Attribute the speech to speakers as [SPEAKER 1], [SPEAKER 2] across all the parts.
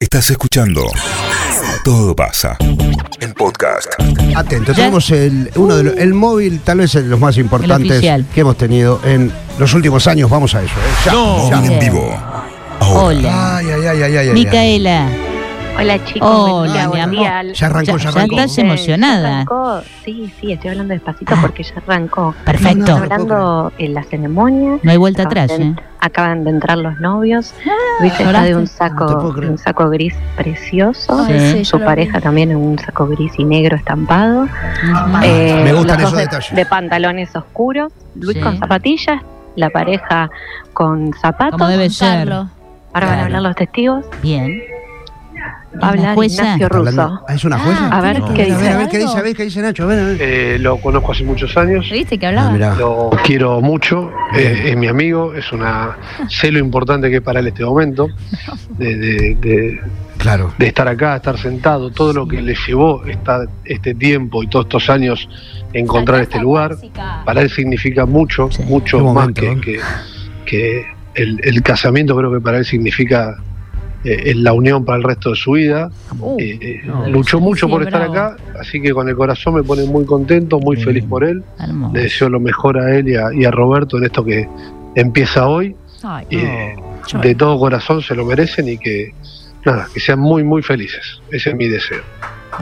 [SPEAKER 1] Estás escuchando Todo pasa. En podcast.
[SPEAKER 2] Atento, tenemos el, uno de los- el móvil, tal vez el de los más importantes
[SPEAKER 3] oficial.
[SPEAKER 2] que hemos tenido en los últimos años. Vamos a eso. ¿eh? Ya, ya.
[SPEAKER 1] Móvil en vivo. Ahora.
[SPEAKER 3] Hola.
[SPEAKER 2] Ay, ay, ay, ay, ay, ay.
[SPEAKER 3] Micaela,
[SPEAKER 4] Hola chicos, buen
[SPEAKER 3] hola
[SPEAKER 4] día,
[SPEAKER 3] mi
[SPEAKER 4] buen
[SPEAKER 3] amor.
[SPEAKER 4] día. Al-
[SPEAKER 2] Ya arrancó,
[SPEAKER 3] Ya-
[SPEAKER 2] ya
[SPEAKER 3] ya
[SPEAKER 2] arrancó.
[SPEAKER 3] estás
[SPEAKER 4] Eh,
[SPEAKER 3] emocionada.
[SPEAKER 4] ¿ya arrancó? Sí, sí, estoy hablando despacito
[SPEAKER 3] Ah.
[SPEAKER 4] porque ya arrancó.
[SPEAKER 3] Perfecto.
[SPEAKER 2] No,
[SPEAKER 4] Estamos
[SPEAKER 2] no,
[SPEAKER 4] hablando en la ceremonia.
[SPEAKER 3] No hay vuelta atrás,
[SPEAKER 4] acaban,
[SPEAKER 3] ¿eh? Ah,
[SPEAKER 4] de, acaban de entrar los novios. Luis está
[SPEAKER 3] ¿lloraste?
[SPEAKER 4] de un
[SPEAKER 2] No te puedo
[SPEAKER 4] saco,
[SPEAKER 2] creer.
[SPEAKER 4] un saco gris precioso.
[SPEAKER 3] Sí.
[SPEAKER 5] Ay, sí, yo
[SPEAKER 4] Su
[SPEAKER 5] lo
[SPEAKER 4] pareja
[SPEAKER 5] vi.
[SPEAKER 4] también en un saco gris y negro estampado.
[SPEAKER 3] Ujú.
[SPEAKER 4] Eh,
[SPEAKER 2] Me
[SPEAKER 4] los
[SPEAKER 2] gustan esos
[SPEAKER 4] dos de-
[SPEAKER 2] detalles.
[SPEAKER 4] De, pantalones oscuros. Luis
[SPEAKER 3] Sí.
[SPEAKER 4] con zapatillas. La pareja con
[SPEAKER 3] Como
[SPEAKER 4] zapatos.
[SPEAKER 3] debe ser.
[SPEAKER 5] Carlos.
[SPEAKER 4] Ahora van
[SPEAKER 3] Claro.
[SPEAKER 4] a hablar los testigos.
[SPEAKER 3] Bien.
[SPEAKER 4] Va a hablar
[SPEAKER 3] jueza?
[SPEAKER 4] Ignacio
[SPEAKER 2] Está hablando-
[SPEAKER 4] Russo.
[SPEAKER 2] Ah, es una jueza.
[SPEAKER 5] Ah,
[SPEAKER 4] A ver
[SPEAKER 2] No.
[SPEAKER 4] qué
[SPEAKER 2] A ver, a
[SPEAKER 4] dice.
[SPEAKER 2] ver qué dice, a ver qué dice Nacho. A ver, a ver.
[SPEAKER 6] Eh, lo conozco hace muchos años,
[SPEAKER 5] ¿Viste que
[SPEAKER 2] Ah,
[SPEAKER 5] hablaba?
[SPEAKER 2] mirá.
[SPEAKER 6] lo quiero mucho, eh, es mi amigo, es una sé lo importante que es para él este momento, de, de- de-
[SPEAKER 2] Claro.
[SPEAKER 6] de estar acá, estar sentado, todo lo que le llevó esta- este tiempo y todos estos años encontrar este lugar, para él significa mucho,
[SPEAKER 3] Sí.
[SPEAKER 6] mucho
[SPEAKER 2] Qué
[SPEAKER 6] más
[SPEAKER 2] momento,
[SPEAKER 6] que,
[SPEAKER 2] ¿eh?
[SPEAKER 6] que- que el, el casamiento, creo que para él significa eh, la unión para el resto de su vida.
[SPEAKER 5] Uh,
[SPEAKER 6] Eh, eh,
[SPEAKER 2] no.
[SPEAKER 6] luchó mucho
[SPEAKER 5] Sí,
[SPEAKER 6] por estar
[SPEAKER 5] bravo.
[SPEAKER 6] acá, así que con el corazón me pone muy contento, muy
[SPEAKER 3] Bien.
[SPEAKER 6] feliz por él.
[SPEAKER 3] Hermoso.
[SPEAKER 6] Le deseo lo mejor a él y a, y a Roberto en esto que empieza hoy.
[SPEAKER 5] ay,
[SPEAKER 6] Y, eh,
[SPEAKER 5] yo-
[SPEAKER 6] de todo corazón se lo merecen y que nada, que sean muy muy felices. Ese es mi deseo.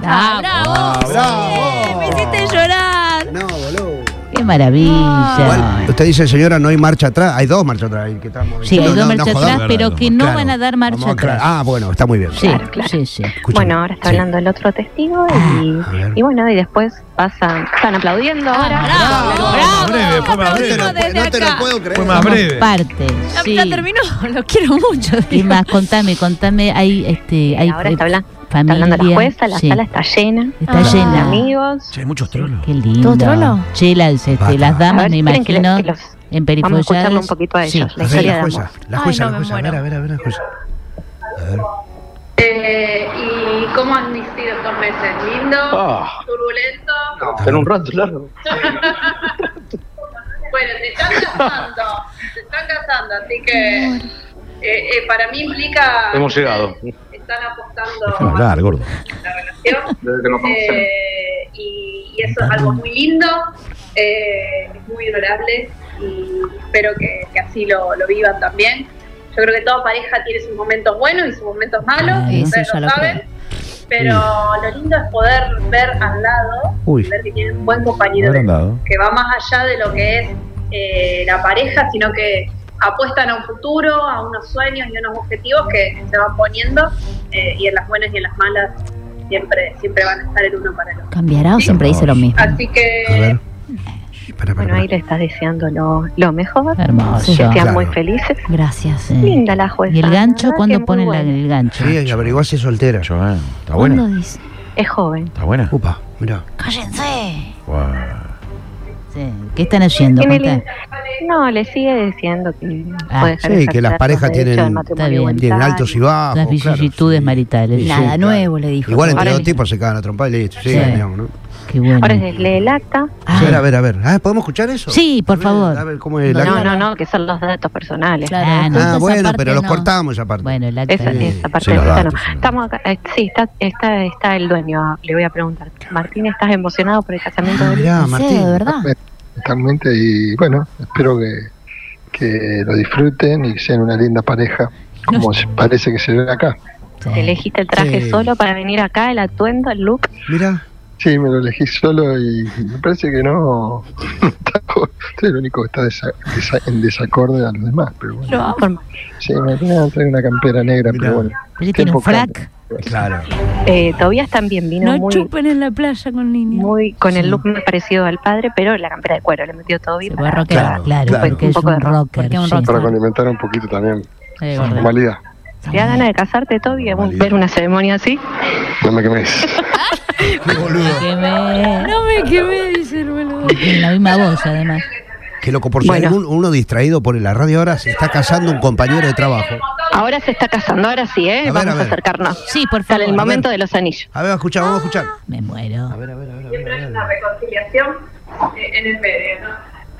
[SPEAKER 5] Ah,
[SPEAKER 3] Bravo.
[SPEAKER 5] bravo.
[SPEAKER 2] Ah,
[SPEAKER 5] Sí,
[SPEAKER 2] bravo.
[SPEAKER 5] me hiciste llorar.
[SPEAKER 2] No, boludo.
[SPEAKER 3] Qué maravilla.
[SPEAKER 2] Igual, usted dice, señora, no hay marcha atrás. Hay dos marchas atrás. que estamos
[SPEAKER 3] Sí, hay
[SPEAKER 2] diciendo.
[SPEAKER 3] dos
[SPEAKER 2] No, no
[SPEAKER 3] marchas
[SPEAKER 2] jodamos.
[SPEAKER 3] atrás, pero que no
[SPEAKER 2] Claro.
[SPEAKER 3] van a dar
[SPEAKER 2] Vamos
[SPEAKER 3] marcha
[SPEAKER 2] a aclarar.
[SPEAKER 3] atrás.
[SPEAKER 2] Ah, bueno, está muy bien.
[SPEAKER 3] sí,
[SPEAKER 4] Claro, claro.
[SPEAKER 3] sí, sí.
[SPEAKER 2] Escúchame.
[SPEAKER 4] Bueno, ahora está
[SPEAKER 2] Sí. Ah,
[SPEAKER 4] hablando el otro testigo y,
[SPEAKER 2] A ver.
[SPEAKER 4] y bueno, y después pasan, están aplaudiendo ahora.
[SPEAKER 5] Ah, bravo,
[SPEAKER 7] Más
[SPEAKER 5] bravo.
[SPEAKER 7] breve, fue más
[SPEAKER 2] No te
[SPEAKER 7] breve.
[SPEAKER 2] lo puedo- no te lo puedo creer.
[SPEAKER 7] Fue más
[SPEAKER 3] Somos
[SPEAKER 7] breve.
[SPEAKER 3] parte.
[SPEAKER 5] Ya,
[SPEAKER 3] sí.
[SPEAKER 5] ya terminó, lo quiero mucho.
[SPEAKER 3] ¿Qué
[SPEAKER 5] digo.
[SPEAKER 3] más? Contame, contame. Hay, este, hay
[SPEAKER 4] ahora
[SPEAKER 3] eh,
[SPEAKER 4] está, hablan- está
[SPEAKER 3] familia.
[SPEAKER 4] hablando la jueza, la
[SPEAKER 3] Sí,
[SPEAKER 4] sala está llena,
[SPEAKER 3] está
[SPEAKER 5] Ah.
[SPEAKER 4] de
[SPEAKER 3] llena.
[SPEAKER 4] amigos.
[SPEAKER 7] Che, hay muchos trolos.
[SPEAKER 3] Qué lindo.
[SPEAKER 5] ¿Todo trolo?
[SPEAKER 3] Che, las, este,
[SPEAKER 2] Basta.
[SPEAKER 3] las
[SPEAKER 4] A
[SPEAKER 3] damas,
[SPEAKER 4] ver
[SPEAKER 3] me
[SPEAKER 4] si quieren que
[SPEAKER 3] imagino,
[SPEAKER 4] les- que los-
[SPEAKER 3] en
[SPEAKER 4] vamos a escucharlo
[SPEAKER 3] perifollas.
[SPEAKER 4] un poquito a ellos,
[SPEAKER 3] Sí.
[SPEAKER 4] la
[SPEAKER 2] A ver,
[SPEAKER 4] historia de
[SPEAKER 2] la
[SPEAKER 4] amor.
[SPEAKER 2] jueza. La
[SPEAKER 5] Ay,
[SPEAKER 2] jueza,
[SPEAKER 5] no,
[SPEAKER 2] la
[SPEAKER 5] me
[SPEAKER 2] jueza. A ver,
[SPEAKER 5] muero.
[SPEAKER 2] a ver, a ver, la jueza. A ver.
[SPEAKER 8] Eh, ¿Y cómo han sido estos meses? ¿Lindo?
[SPEAKER 6] Ah,
[SPEAKER 8] ¿Turbulento?
[SPEAKER 6] en un rato largo.
[SPEAKER 8] Bueno, te están casando, te están casando, así que eh, eh, para mí implica...
[SPEAKER 6] Hemos llegado.
[SPEAKER 8] Están apostando
[SPEAKER 2] Déjalo
[SPEAKER 8] a
[SPEAKER 2] hablar, gordo.
[SPEAKER 8] la relación eh, y, y eso es algo muy lindo, eh, es muy honorable y espero que, que así lo, lo vivan también. Yo creo que toda pareja tiene sus momentos buenos y sus momentos malos,
[SPEAKER 3] Claro.
[SPEAKER 8] y
[SPEAKER 5] Sí,
[SPEAKER 8] ustedes
[SPEAKER 5] sí, yo
[SPEAKER 8] lo
[SPEAKER 5] lo
[SPEAKER 8] saben. Pero lo lindo es poder ver al lado,
[SPEAKER 2] Uy.
[SPEAKER 8] ver que tienen un buen compañero, que va más allá de lo que es eh, la pareja, sino que apuestan a un futuro, a unos sueños y unos objetivos que se van poniendo eh, y en las buenas y en las malas siempre siempre van a estar el uno para el otro.
[SPEAKER 5] ¿Cambiará o siempre dice lo mismo?
[SPEAKER 8] Así que
[SPEAKER 2] A ver. Para, para,
[SPEAKER 4] Bueno, ahí le estás deseando lo, lo mejor.
[SPEAKER 3] Hermoso.
[SPEAKER 4] Que sean
[SPEAKER 2] Claro.
[SPEAKER 4] muy felices.
[SPEAKER 5] Gracias.
[SPEAKER 3] Sí.
[SPEAKER 4] Linda la jueza.
[SPEAKER 3] ¿Y el
[SPEAKER 4] la
[SPEAKER 3] gancho?
[SPEAKER 4] verdad que
[SPEAKER 3] ¿Cuándo
[SPEAKER 4] ah, muy
[SPEAKER 3] ponen la-
[SPEAKER 4] buena.
[SPEAKER 3] el gancho?
[SPEAKER 2] Sí, y averiguá si es soltera.
[SPEAKER 7] Joan, está
[SPEAKER 5] ¿Cuándo
[SPEAKER 7] buena.
[SPEAKER 5] dice?
[SPEAKER 4] Es joven.
[SPEAKER 7] Está buena.
[SPEAKER 2] Upa, mirá.
[SPEAKER 5] Cállense.
[SPEAKER 7] Guau.
[SPEAKER 3] Sí. ¿Qué están haciendo?
[SPEAKER 4] Tiene
[SPEAKER 3] Contá.
[SPEAKER 4] el- No, le sigue diciendo que
[SPEAKER 3] Ah,
[SPEAKER 4] puede dejar
[SPEAKER 2] sí,
[SPEAKER 4] de
[SPEAKER 2] que las
[SPEAKER 4] ejercer
[SPEAKER 2] parejas
[SPEAKER 4] los derechos
[SPEAKER 2] tienen-
[SPEAKER 4] del matrimonio
[SPEAKER 3] Está bien.
[SPEAKER 2] Tienen
[SPEAKER 4] igualitario.
[SPEAKER 2] altos y bajos.
[SPEAKER 3] Las
[SPEAKER 2] Ah, pues, claro,
[SPEAKER 3] vicisitudes
[SPEAKER 2] sí.
[SPEAKER 3] maritales.
[SPEAKER 2] Sí,
[SPEAKER 5] Nada
[SPEAKER 2] claro.
[SPEAKER 5] nuevo, le dijo.
[SPEAKER 2] Igual entre
[SPEAKER 4] Ahora
[SPEAKER 2] los
[SPEAKER 4] le-
[SPEAKER 2] tipos se cagan a trompar y listo. Sí,
[SPEAKER 3] Sí.
[SPEAKER 2] digamos, ¿no?
[SPEAKER 3] Qué bueno.
[SPEAKER 4] Ahora es lee el acta.
[SPEAKER 5] Ah.
[SPEAKER 2] A ver, a ver, a ver. Ah, ¿Podemos escuchar eso?
[SPEAKER 3] Sí, por
[SPEAKER 2] A ver,
[SPEAKER 3] favor.
[SPEAKER 2] A ver cómo es
[SPEAKER 5] No,
[SPEAKER 2] la
[SPEAKER 4] No, no, no, que son los datos personales.
[SPEAKER 5] Claro,
[SPEAKER 3] Ah, no.
[SPEAKER 5] justo
[SPEAKER 2] Ah,
[SPEAKER 5] esa
[SPEAKER 2] bueno,
[SPEAKER 5] parte
[SPEAKER 2] pero los
[SPEAKER 5] no.
[SPEAKER 2] cortamos esa parte.
[SPEAKER 3] Bueno, el acta.
[SPEAKER 4] Esa,
[SPEAKER 2] Sí,
[SPEAKER 4] esa parte
[SPEAKER 7] sí, los
[SPEAKER 4] esa
[SPEAKER 7] datos,
[SPEAKER 4] no.
[SPEAKER 7] sí.
[SPEAKER 4] Estamos acá, eh, sí, está, está, está el dueño, ah, le voy a preguntar. Martín, ¿estás emocionado por el casamiento de Luis?
[SPEAKER 2] Mirá,
[SPEAKER 5] ¿En serio,
[SPEAKER 2] Martín.
[SPEAKER 5] de verdad.
[SPEAKER 9] totalmente y bueno, espero que, que lo disfruten y sean una linda pareja, como se- parece que se ven acá.
[SPEAKER 3] Sí.
[SPEAKER 4] Te elegiste el traje
[SPEAKER 2] Sí.
[SPEAKER 4] solo para venir acá, el atuendo, el look.
[SPEAKER 2] Mirá.
[SPEAKER 9] Sí, me lo elegí solo y me parece que no... Usted es el único que está desa- desa- en desacorde a los demás, pero bueno.
[SPEAKER 5] Lo amo.
[SPEAKER 9] Sí, me tenía traer una campera negra,
[SPEAKER 2] Mirá.
[SPEAKER 9] pero bueno.
[SPEAKER 3] ¿Pero qué tiene un
[SPEAKER 9] Tiempo cambia.
[SPEAKER 3] frac?
[SPEAKER 2] Claro.
[SPEAKER 4] Eh, Tobías también vino
[SPEAKER 5] No
[SPEAKER 4] muy,
[SPEAKER 5] chupen en la playa con niños.
[SPEAKER 4] muy con
[SPEAKER 3] Sí.
[SPEAKER 4] el look más parecido al padre, pero la campera de cuero le metió Tobías.
[SPEAKER 3] Se fue rocker. Claro,
[SPEAKER 2] Claro, claro.
[SPEAKER 3] porque
[SPEAKER 4] Un
[SPEAKER 3] es
[SPEAKER 4] poco
[SPEAKER 3] un
[SPEAKER 4] de rock,
[SPEAKER 3] rocker.
[SPEAKER 5] porque es un
[SPEAKER 3] sí.
[SPEAKER 5] rocker.
[SPEAKER 9] Para condimentar un poquito también,
[SPEAKER 3] Sí,
[SPEAKER 9] la
[SPEAKER 3] gordo.
[SPEAKER 9] formalidad,
[SPEAKER 4] ¿Te da ganas de casarte, Toby?
[SPEAKER 2] ¿eh?
[SPEAKER 4] ¿Ver una ceremonia así?
[SPEAKER 9] no me quemes.
[SPEAKER 2] Qué boludo.
[SPEAKER 3] Que me-
[SPEAKER 5] No me quemé, dice el boludo.
[SPEAKER 3] Tiene la misma voz, además.
[SPEAKER 2] Qué loco, por si
[SPEAKER 4] Bueno.
[SPEAKER 2] algún- uno distraído por la radio ahora se está casando un compañero de trabajo.
[SPEAKER 4] Ahora se está casando, ahora sí, ¿eh?
[SPEAKER 2] A ver,
[SPEAKER 4] Vamos
[SPEAKER 2] a
[SPEAKER 4] a,
[SPEAKER 2] ver.
[SPEAKER 4] acercarnos.
[SPEAKER 3] Sí, por
[SPEAKER 4] Sale el
[SPEAKER 3] favor.
[SPEAKER 4] momento de los anillos.
[SPEAKER 2] A ver, escuchar, vamos a escuchar.
[SPEAKER 3] Me
[SPEAKER 2] A
[SPEAKER 3] muero.
[SPEAKER 2] ver, a ver, a ver. a ver,
[SPEAKER 8] siempre hay
[SPEAKER 2] a ver.
[SPEAKER 8] una reconciliación eh, en el medio, ¿no?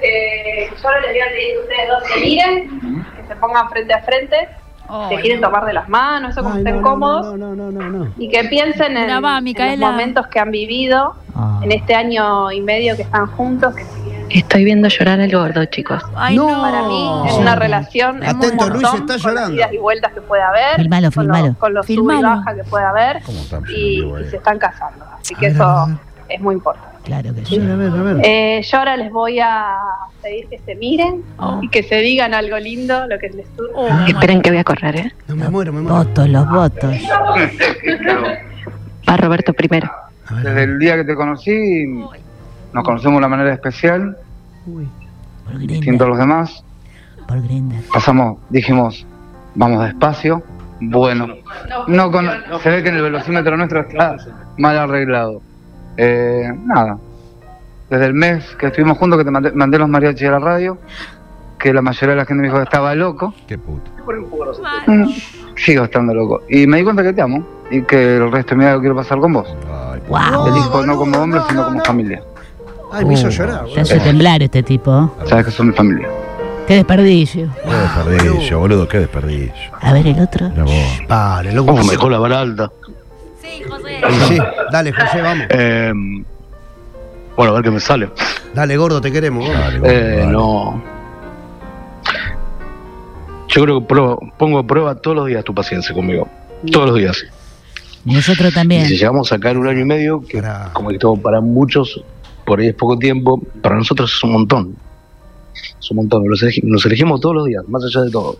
[SPEAKER 8] Eh, yo les voy a pedir que ustedes dos se miren, que se pongan frente a frente se quieren tomar de las manos, eso como
[SPEAKER 2] Ay,
[SPEAKER 8] estén
[SPEAKER 2] no, no,
[SPEAKER 8] cómodos.
[SPEAKER 2] No, no, no, no, no.
[SPEAKER 8] Y que piensen en,
[SPEAKER 5] Grabá,
[SPEAKER 8] en los
[SPEAKER 5] Micaela.
[SPEAKER 8] momentos que han vivido
[SPEAKER 3] Ah.
[SPEAKER 8] en este año y medio que están juntos, que
[SPEAKER 4] Estoy viendo llorar al gordo, chicos.
[SPEAKER 5] Ay, no.
[SPEAKER 8] para mí es
[SPEAKER 3] Sí.
[SPEAKER 8] una relación. es
[SPEAKER 2] Oh. Atento,
[SPEAKER 8] un
[SPEAKER 2] Luis
[SPEAKER 8] montón,
[SPEAKER 2] está
[SPEAKER 8] con
[SPEAKER 2] llorando.
[SPEAKER 8] Las idas y vueltas que puede haber.
[SPEAKER 3] Filmalo,
[SPEAKER 8] con
[SPEAKER 3] filmalo.
[SPEAKER 8] Los, con los sub y
[SPEAKER 5] Filmalo.
[SPEAKER 8] baja que puede haber.
[SPEAKER 2] ¿Cómo estamos en
[SPEAKER 8] Y,
[SPEAKER 2] vivo,
[SPEAKER 8] y
[SPEAKER 2] eh?
[SPEAKER 8] se están casando. Así que
[SPEAKER 2] A ver, a ver,
[SPEAKER 8] eso
[SPEAKER 2] a
[SPEAKER 8] es muy importante.
[SPEAKER 3] Claro que
[SPEAKER 2] A
[SPEAKER 3] sí.
[SPEAKER 2] ver, a ver, a ver.
[SPEAKER 8] Eh, yo ahora les voy a pedir que se miren
[SPEAKER 3] Oh.
[SPEAKER 8] y que se digan algo lindo, lo que les surja.
[SPEAKER 4] Esperen que voy a correr, ¿eh?
[SPEAKER 2] No, me muero, me muero.
[SPEAKER 3] Votos, los votos.
[SPEAKER 4] Va Roberto primero.
[SPEAKER 2] A ver, a
[SPEAKER 7] Desde
[SPEAKER 2] ver.
[SPEAKER 7] el día que te conocí, nos conocemos de una manera especial,
[SPEAKER 2] Uy.
[SPEAKER 3] Por
[SPEAKER 7] distinto a
[SPEAKER 3] Grindr.
[SPEAKER 7] los demás.
[SPEAKER 3] Por Grindr.
[SPEAKER 7] Pasamos, dijimos, vamos despacio. Bueno, no con- se ve que en el velocímetro nuestro está mal arreglado. Eh, nada, desde el mes que estuvimos juntos, que te mandé, mandé los mariachis a la radio, que la mayoría de la gente me dijo que estaba loco.
[SPEAKER 1] Qué puto.
[SPEAKER 7] Mm, Sigo estando loco. Y me di cuenta que te amo y que el resto de mi vida lo quiero pasar con vos.
[SPEAKER 1] Ay,
[SPEAKER 3] Wow.
[SPEAKER 7] Elijo no como
[SPEAKER 2] Oh, boludo,
[SPEAKER 7] hombre,
[SPEAKER 2] no,
[SPEAKER 7] sino
[SPEAKER 2] no,
[SPEAKER 7] como
[SPEAKER 2] no.
[SPEAKER 7] familia.
[SPEAKER 2] Ay, me hizo
[SPEAKER 1] Oh,
[SPEAKER 2] llorar.
[SPEAKER 3] Te hace temblar este tipo.
[SPEAKER 7] Sabes que son mi familia.
[SPEAKER 3] Qué desperdicio.
[SPEAKER 1] qué desperdicio, boludo, qué desperdicio.
[SPEAKER 3] A ver el otro.
[SPEAKER 1] Mira vos.
[SPEAKER 2] Vale, loco.
[SPEAKER 6] Oh, mejor la vara alta.
[SPEAKER 5] Sí, José.
[SPEAKER 2] Sí, sí. Dale, José, vamos.
[SPEAKER 6] Eh,
[SPEAKER 7] Em,
[SPEAKER 6] bueno, a ver qué me sale.
[SPEAKER 2] Dale, gordo, te queremos. gordo.
[SPEAKER 1] Dale, gordo,
[SPEAKER 6] Eh,
[SPEAKER 1] dale.
[SPEAKER 6] no. Yo creo que pro- pongo a prueba todos los días tu paciencia conmigo. Todos los días.
[SPEAKER 3] Y nosotros
[SPEAKER 6] Y
[SPEAKER 3] también.
[SPEAKER 6] si llegamos a sacar un año y medio, que
[SPEAKER 2] Pará.
[SPEAKER 6] como que todo para muchos, por ahí es poco tiempo, para nosotros es un montón. Es un montón. Nos, elegi- nos elegimos todos los días, más allá de todo.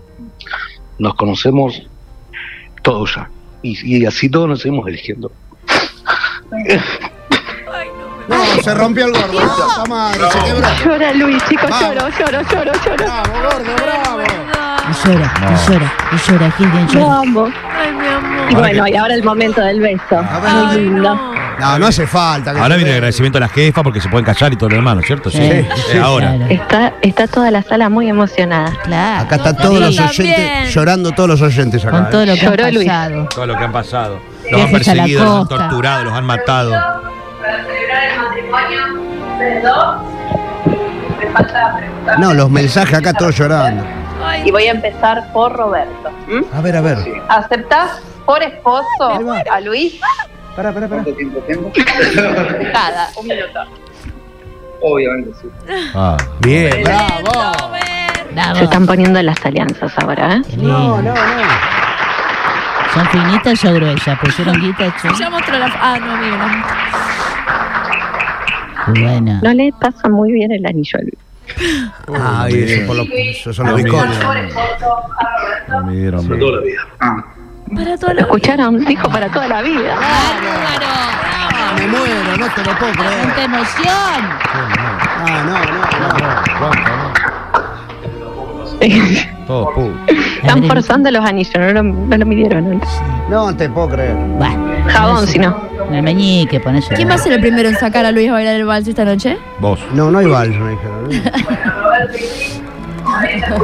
[SPEAKER 6] Nos conocemos todos ya. Y, y así todos nos seguimos eligiendo.
[SPEAKER 2] No, se rompió el gordo. Puta madre, se quebró.
[SPEAKER 4] Llora Luis, chicos,
[SPEAKER 2] Vamos.
[SPEAKER 4] lloro, lloro, lloro.
[SPEAKER 2] Bravo, gordo, bravo.
[SPEAKER 3] Y llora, y llora, y llora, Gilden
[SPEAKER 4] Lo
[SPEAKER 3] llora.
[SPEAKER 4] amo.
[SPEAKER 5] Ay, mi amor.
[SPEAKER 4] Y bueno, y ahora el momento del beso.
[SPEAKER 2] A ver,
[SPEAKER 5] Ay,
[SPEAKER 4] lindo.
[SPEAKER 5] no.
[SPEAKER 2] No, no hace falta. que se
[SPEAKER 1] Ahora viene el
[SPEAKER 2] vea.
[SPEAKER 1] agradecimiento a las jefas porque se pueden callar y todo lo demás, ¿no es cierto?
[SPEAKER 3] Sí, sí,
[SPEAKER 1] ahora.
[SPEAKER 3] claro.
[SPEAKER 4] Está, está toda la sala muy emocionada.
[SPEAKER 3] Claro.
[SPEAKER 2] Acá están
[SPEAKER 5] Nosotros
[SPEAKER 2] todos los
[SPEAKER 5] también.
[SPEAKER 2] oyentes, llorando todos los oyentes acá. eh.
[SPEAKER 3] Con todo lo que ha
[SPEAKER 4] Lloró Luis.
[SPEAKER 3] pasado.
[SPEAKER 1] Todo lo que han pasado. Los
[SPEAKER 3] Viajes a
[SPEAKER 1] han
[SPEAKER 3] la
[SPEAKER 1] perseguido, los han
[SPEAKER 3] costa.
[SPEAKER 1] torturado, los han matado.
[SPEAKER 8] Para celebrar el matrimonio de dos, me falta preguntar.
[SPEAKER 2] No, los mensajes acá todos llorando.
[SPEAKER 8] Y voy a empezar por Roberto. ¿m?
[SPEAKER 2] A ver, a ver.
[SPEAKER 8] ¿Aceptás por
[SPEAKER 2] Me
[SPEAKER 8] esposo
[SPEAKER 2] muero.
[SPEAKER 8] a Luis?
[SPEAKER 2] Pará, pará, pará.
[SPEAKER 7] ¿Cuánto tiempo tengo?
[SPEAKER 8] Cada, un minuto.
[SPEAKER 7] Obviamente sí.
[SPEAKER 1] Ah.
[SPEAKER 2] Bien, bravo.
[SPEAKER 4] Se
[SPEAKER 3] Bravo.
[SPEAKER 4] están poniendo las alianzas ahora, ¿eh?
[SPEAKER 3] Qué lindo. Son finitas o gruesas. Pusieron guita, che.
[SPEAKER 5] Ya mostró la. Ah, no, mira.
[SPEAKER 3] Qué Bueno.
[SPEAKER 4] No le pasa muy bien el anillo a Luis.
[SPEAKER 2] Ay, eso, por lo, eso son los
[SPEAKER 1] Amigo.
[SPEAKER 2] bizcochos.
[SPEAKER 1] No me dieron bien.
[SPEAKER 7] Ah,
[SPEAKER 5] Para toda
[SPEAKER 4] ¿Lo
[SPEAKER 5] la.
[SPEAKER 4] escucharon? Dijo para toda la vida.
[SPEAKER 3] ¡Bárbaro!
[SPEAKER 2] Me muero, no te lo puedo creer.
[SPEAKER 3] ¡Cuánta emoción!
[SPEAKER 2] Ah, no, no, no.
[SPEAKER 1] Todos pu.
[SPEAKER 4] Están forzando los anillos, no lo, no lo midieron antes.
[SPEAKER 2] No te puedo creer.
[SPEAKER 3] Va,
[SPEAKER 4] Jabón, si no.
[SPEAKER 3] en el meñique, ponéselo.
[SPEAKER 5] ¿Quién va a ser el primero en sacar a Luis a bailar el vals esta noche?
[SPEAKER 1] Vos.
[SPEAKER 2] No, no hay vals, me dijeron. ¿eh?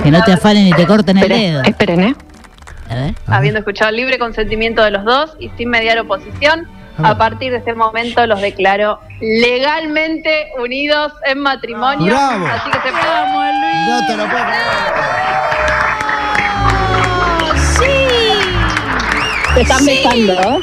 [SPEAKER 3] Que no te afanen y te corten el dedo.
[SPEAKER 4] Esperen, esperen, ¿eh?
[SPEAKER 3] A ver.
[SPEAKER 8] Habiendo escuchado el libre consentimiento de los dos y sin mediar oposición, a partir de este momento los declaro legalmente unidos en matrimonio.
[SPEAKER 2] Bravo.
[SPEAKER 8] Así que se pueden
[SPEAKER 2] No te lo puedo creer.
[SPEAKER 4] Se están besando, ¿eh?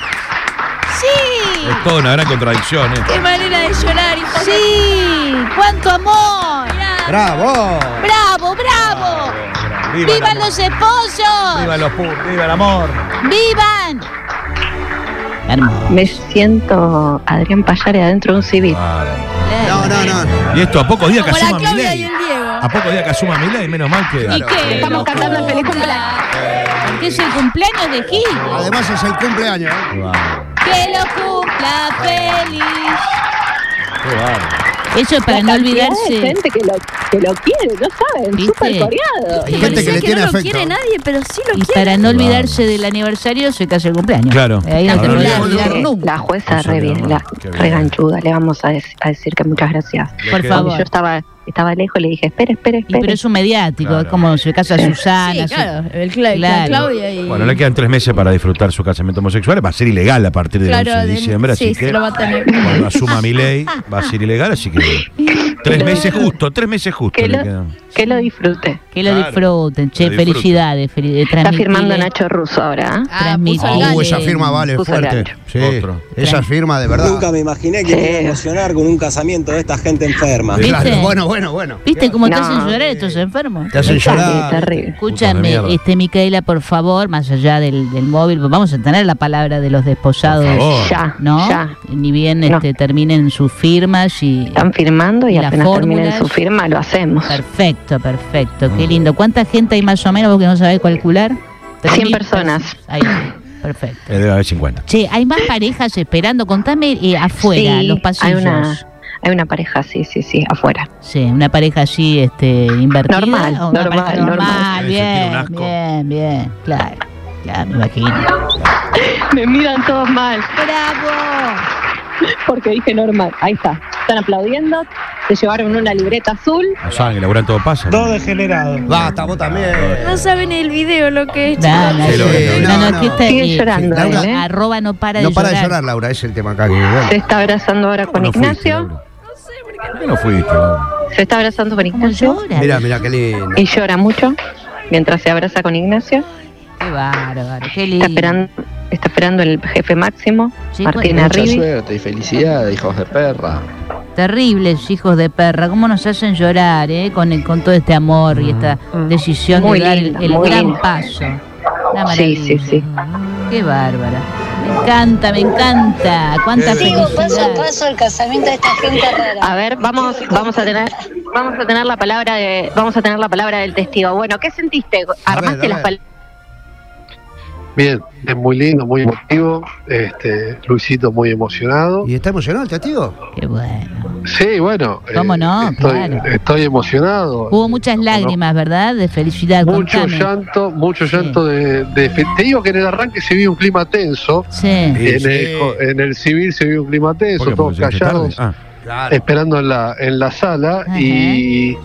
[SPEAKER 1] Es toda una gran contradicción, ¿eh?
[SPEAKER 5] ¡Qué manera de llorar, hijo!
[SPEAKER 3] ¡Sí! ¡Cuánto amor!
[SPEAKER 2] Bravo.
[SPEAKER 3] ¡Bravo, bravo!
[SPEAKER 1] Ah,
[SPEAKER 3] ¡Vivan los esposos!
[SPEAKER 1] ¡Viva los pu! ¡Viva el amor!
[SPEAKER 3] ¡Vivan! Hermoso.
[SPEAKER 4] Me siento Adrián Payare adentro de un civil.
[SPEAKER 1] Ah,
[SPEAKER 2] No, no, no. no.
[SPEAKER 1] Y esto a pocos días que
[SPEAKER 5] Como la
[SPEAKER 1] asuma
[SPEAKER 5] Claudia y
[SPEAKER 1] Milei.
[SPEAKER 5] el Diego.
[SPEAKER 1] A pocos días que asuma Milei, menos mal que.
[SPEAKER 3] ¿Y qué?
[SPEAKER 4] Estamos cantando el feliz cumpleaños.
[SPEAKER 3] Porque es el cumpleaños de Gil.
[SPEAKER 2] Además es el cumpleaños. ¿eh?
[SPEAKER 1] Qué bárbaro,
[SPEAKER 3] ¡Que lo cumpla feliz!
[SPEAKER 1] qué bárbaro.
[SPEAKER 3] Eso es para no
[SPEAKER 4] La cantidad de
[SPEAKER 3] olvidarse.
[SPEAKER 4] gente que lo, que lo quiere, no saben,
[SPEAKER 3] ¿Viste?
[SPEAKER 4] ¿eh? súper coreado.
[SPEAKER 2] Hay gente
[SPEAKER 5] Parecía
[SPEAKER 2] que le tiene
[SPEAKER 5] no lo
[SPEAKER 2] afecto.
[SPEAKER 5] quiere nadie, pero sí lo
[SPEAKER 3] Y
[SPEAKER 5] quiere.
[SPEAKER 3] para no olvidarse del aniversario, se casa el cumpleaños. Eh,
[SPEAKER 1] Claro.
[SPEAKER 3] Ahí no te
[SPEAKER 1] Ahora
[SPEAKER 3] podés
[SPEAKER 1] olvidemos.
[SPEAKER 3] olvidar nunca.
[SPEAKER 4] La jueza
[SPEAKER 1] Eso
[SPEAKER 4] re
[SPEAKER 1] le
[SPEAKER 4] bien,
[SPEAKER 1] vamos.
[SPEAKER 4] la
[SPEAKER 1] Qué bien.
[SPEAKER 4] reganchuda, le vamos a, dec- a decir que muchas gracias.
[SPEAKER 3] Por
[SPEAKER 1] Le
[SPEAKER 3] favor.
[SPEAKER 4] Yo estaba, estaba lejos y le dije, espera, espera,
[SPEAKER 3] Y pero
[SPEAKER 4] espera.
[SPEAKER 3] es un mediático,
[SPEAKER 1] Claro.
[SPEAKER 3] es como se casa Susana.
[SPEAKER 5] Sí,
[SPEAKER 3] su-
[SPEAKER 5] claro. El Cla-
[SPEAKER 3] Claro.
[SPEAKER 5] Claudia y.
[SPEAKER 1] Bueno, le quedan tres meses para disfrutar su casamiento homosexual. Va a ser ilegal a partir del 11 de
[SPEAKER 5] del-
[SPEAKER 1] diciembre,
[SPEAKER 5] sí,
[SPEAKER 1] así
[SPEAKER 5] se
[SPEAKER 1] que
[SPEAKER 5] lo va a tener.
[SPEAKER 1] cuando asuma mi ley va a ser ilegal, así que tres meses justo, tres meses justo
[SPEAKER 4] Que
[SPEAKER 1] le
[SPEAKER 4] lo-
[SPEAKER 1] quedan.
[SPEAKER 4] Que lo disfrute.
[SPEAKER 3] Que lo
[SPEAKER 9] Claro,
[SPEAKER 3] disfruten, che,
[SPEAKER 9] lo disfruten.
[SPEAKER 3] felicidades. fel- eh,
[SPEAKER 4] Está
[SPEAKER 3] transmitile-
[SPEAKER 4] firmando Nacho Russo ahora. ¿eh?
[SPEAKER 3] transmitile-
[SPEAKER 1] Ah,
[SPEAKER 2] Uh, esa firma vale
[SPEAKER 4] Puso
[SPEAKER 2] fuerte.
[SPEAKER 4] gancho.
[SPEAKER 2] Sí,
[SPEAKER 9] Otro.
[SPEAKER 2] esa firma de
[SPEAKER 1] Nunca
[SPEAKER 2] verdad.
[SPEAKER 1] me imaginé que me iba a emocionar con un casamiento de esta gente enferma.
[SPEAKER 3] ¿Viste?
[SPEAKER 2] Claro, bueno, bueno, bueno.
[SPEAKER 3] ¿Viste cómo te
[SPEAKER 4] No.
[SPEAKER 3] hacen llorar estos enfermos?
[SPEAKER 2] Te hacen
[SPEAKER 4] Terrible,
[SPEAKER 2] llorar.
[SPEAKER 4] terrible.
[SPEAKER 9] Puta de
[SPEAKER 3] Escúchame,
[SPEAKER 9] mierda.
[SPEAKER 3] este Micaela, por favor, más allá del, del móvil, pues vamos a tener la palabra de los desposados,
[SPEAKER 9] Por favor.
[SPEAKER 4] Ya,
[SPEAKER 3] ¿no?
[SPEAKER 4] ya.
[SPEAKER 3] Ni bien
[SPEAKER 4] No.
[SPEAKER 3] este, terminen sus firmas y...
[SPEAKER 4] Están firmando y
[SPEAKER 3] Y las
[SPEAKER 4] apenas terminen
[SPEAKER 3] fórmulas.
[SPEAKER 4] su firma lo hacemos.
[SPEAKER 3] Perfecto, perfecto, qué lindo. ¿Cuánta gente hay más o menos vos que no sabés calcular? ¿Tres
[SPEAKER 4] Cien
[SPEAKER 3] mil
[SPEAKER 4] personas.
[SPEAKER 3] personas? Ahí, está, perfecto.
[SPEAKER 9] Eh, debe haber 50.
[SPEAKER 3] Che, hay más parejas esperando, contame eh, afuera,
[SPEAKER 4] Sí,
[SPEAKER 3] los
[SPEAKER 4] hay
[SPEAKER 3] pasillos.
[SPEAKER 4] una, hay una pareja, sí, sí, sí, afuera.
[SPEAKER 3] Sí, una pareja así, este, invertida.
[SPEAKER 4] Normal,
[SPEAKER 3] o una
[SPEAKER 4] normal,
[SPEAKER 3] pareja normal,
[SPEAKER 4] normal.
[SPEAKER 9] Debe sentir un
[SPEAKER 3] bien,
[SPEAKER 9] asco.
[SPEAKER 3] bien, bien, claro, claro, me imagino.
[SPEAKER 4] Me miran todos mal
[SPEAKER 3] ¡Bravo!
[SPEAKER 8] Porque dije normal. Ahí está. Están aplaudiendo. Se llevaron una libreta azul.
[SPEAKER 9] No saben que laburan todo pasa. ¿no?
[SPEAKER 2] Basta, vos también.
[SPEAKER 5] No saben el video lo que es.
[SPEAKER 3] No, no,
[SPEAKER 2] Sí, lo veo, lo
[SPEAKER 3] no, no,
[SPEAKER 2] veo.
[SPEAKER 3] es que esta-
[SPEAKER 4] Sigue
[SPEAKER 3] eh,
[SPEAKER 4] llorando
[SPEAKER 3] Laura,
[SPEAKER 4] él, ¿eh?
[SPEAKER 3] arroba no para de
[SPEAKER 2] No para de
[SPEAKER 3] llorar. Ah,
[SPEAKER 2] llorar, Laura, es el tema acá. que, bueno.
[SPEAKER 4] Se está abrazando ahora con
[SPEAKER 9] ¿Cómo no fuiste,
[SPEAKER 4] Ignacio.
[SPEAKER 9] Laura? ¿Por qué no fuiste? Laura?
[SPEAKER 4] Se está abrazando con
[SPEAKER 3] ¿Cómo
[SPEAKER 4] Ignacio.
[SPEAKER 3] llora?
[SPEAKER 2] Mirá, mirá, qué
[SPEAKER 6] Eh,
[SPEAKER 2] lindo.
[SPEAKER 4] Y llora mucho mientras se abraza con Ignacio.
[SPEAKER 3] Qué bárbaro, qué lindo.
[SPEAKER 4] Está esperando, está esperando el jefe máximo,
[SPEAKER 3] Sí,
[SPEAKER 4] Martín
[SPEAKER 3] bueno.
[SPEAKER 4] Arribi.
[SPEAKER 1] suerte y felicidad, hijos de perra.
[SPEAKER 3] Terribles hijos de perra, cómo nos hacen llorar, ¿eh? Con, el- con todo este amor y esta decisión
[SPEAKER 4] Mm. Muy
[SPEAKER 3] de dar el-
[SPEAKER 4] lindo,
[SPEAKER 3] el,
[SPEAKER 4] muy
[SPEAKER 3] gran
[SPEAKER 4] lindo.
[SPEAKER 3] paso. Una
[SPEAKER 4] Sí, sí,
[SPEAKER 3] maravilla.
[SPEAKER 4] sí.
[SPEAKER 3] Qué bárbara. Me encanta, me encanta. Cuánta felicidad.
[SPEAKER 8] el casamiento de esta gente rara.
[SPEAKER 4] A ver, vamos, vamos a tener, vamos a tener la palabra de, vamos a tener la palabra del testigo. Bueno, ¿qué sentiste?
[SPEAKER 2] A ver,
[SPEAKER 4] Armaste
[SPEAKER 2] a
[SPEAKER 4] las
[SPEAKER 2] ver.
[SPEAKER 4] palabras.
[SPEAKER 6] Bien, es muy lindo, muy emotivo. Este, Luisito muy emocionado.
[SPEAKER 2] ¿Y está emocionado el testigo?
[SPEAKER 3] Qué bueno.
[SPEAKER 6] Sí, bueno. eh,
[SPEAKER 3] ¿Cómo no?
[SPEAKER 6] Estoy,
[SPEAKER 3] Claro.
[SPEAKER 6] estoy emocionado.
[SPEAKER 3] Hubo muchas
[SPEAKER 6] ¿Cómo no?
[SPEAKER 3] lágrimas, ¿verdad? De felicidad.
[SPEAKER 6] Mucho
[SPEAKER 3] contame.
[SPEAKER 6] llanto, mucho
[SPEAKER 3] Sí.
[SPEAKER 6] llanto de, de fe- Te digo que en el arranque se vio un clima tenso.
[SPEAKER 3] Sí.
[SPEAKER 2] Sí,
[SPEAKER 6] en,
[SPEAKER 2] sí.
[SPEAKER 6] El, co- en el civil se vio un clima
[SPEAKER 9] ¿Por
[SPEAKER 6] tenso,
[SPEAKER 9] qué? Porque
[SPEAKER 6] todos
[SPEAKER 9] llegaste
[SPEAKER 6] callados,
[SPEAKER 9] tarde. Ah.
[SPEAKER 2] Claro.
[SPEAKER 6] esperando en la, en la sala
[SPEAKER 3] Ajá.
[SPEAKER 6] y,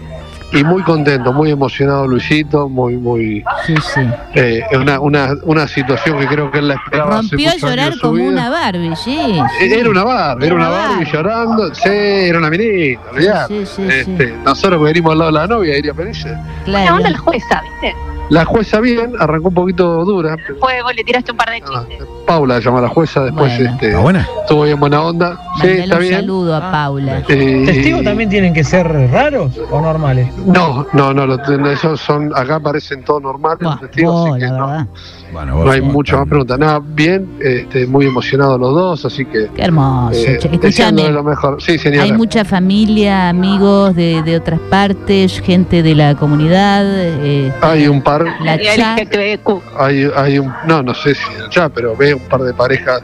[SPEAKER 6] y muy contento, muy emocionado Luisito, muy, muy...
[SPEAKER 3] Sí, sí.
[SPEAKER 6] eh, una, una, una situación que creo que él la esperaba. hace
[SPEAKER 3] Rompió a
[SPEAKER 6] muchos años
[SPEAKER 3] llorar
[SPEAKER 6] su
[SPEAKER 3] como
[SPEAKER 6] vida.
[SPEAKER 3] una Barbie, sí.
[SPEAKER 6] Eh, Era una Barbie, era una
[SPEAKER 3] Era una
[SPEAKER 6] Barbie
[SPEAKER 3] Barbie.
[SPEAKER 6] llorando, sí, era una minita, olvidate.
[SPEAKER 3] Sí, sí, sí, sí.
[SPEAKER 6] este, Nosotros que venimos al lado de la novia, diría Pérez.
[SPEAKER 4] Buena
[SPEAKER 3] Claro.
[SPEAKER 4] onda la jueza, ¿viste?
[SPEAKER 6] La jueza bien, arrancó un poquito dura. pero-
[SPEAKER 4] Fue, vos le tiraste un par de
[SPEAKER 6] Ah,
[SPEAKER 4] chistes.
[SPEAKER 6] Paula llamó a la jueza, después
[SPEAKER 3] Bueno.
[SPEAKER 6] este,
[SPEAKER 1] Ah,
[SPEAKER 2] Eh,
[SPEAKER 9] ¿Está buena?
[SPEAKER 6] estuvo bien buena onda. Sí,
[SPEAKER 3] Mandale
[SPEAKER 6] está
[SPEAKER 3] un
[SPEAKER 6] bien.
[SPEAKER 3] saludo a Paula.
[SPEAKER 6] Eh,
[SPEAKER 1] tienen que ser raros o normales?
[SPEAKER 6] No, no, no, lo ten- esos son, acá parecen todos normales
[SPEAKER 3] Buah,
[SPEAKER 6] los testigos, así
[SPEAKER 3] vos,
[SPEAKER 6] que
[SPEAKER 3] la
[SPEAKER 6] no,
[SPEAKER 3] verdad.
[SPEAKER 9] Bueno,
[SPEAKER 6] no
[SPEAKER 9] vos
[SPEAKER 6] hay
[SPEAKER 9] sos
[SPEAKER 6] mucho más
[SPEAKER 9] tan-
[SPEAKER 6] preguntas. Nada, bien, este, muy emocionados los dos, así que
[SPEAKER 3] Qué hermoso.
[SPEAKER 6] eh,
[SPEAKER 3] che.
[SPEAKER 6] deseándole
[SPEAKER 3] Escúchame.
[SPEAKER 6] lo mejor. Sí, señora.
[SPEAKER 3] Hay mucha familia, amigos de, de otras partes, gente de la comunidad. eh,
[SPEAKER 6] Hay un par,
[SPEAKER 3] la
[SPEAKER 4] Y el
[SPEAKER 3] chat.
[SPEAKER 4] LGTBQ.
[SPEAKER 6] hay, hay un, no, no sé si ya, pero ve un par de parejas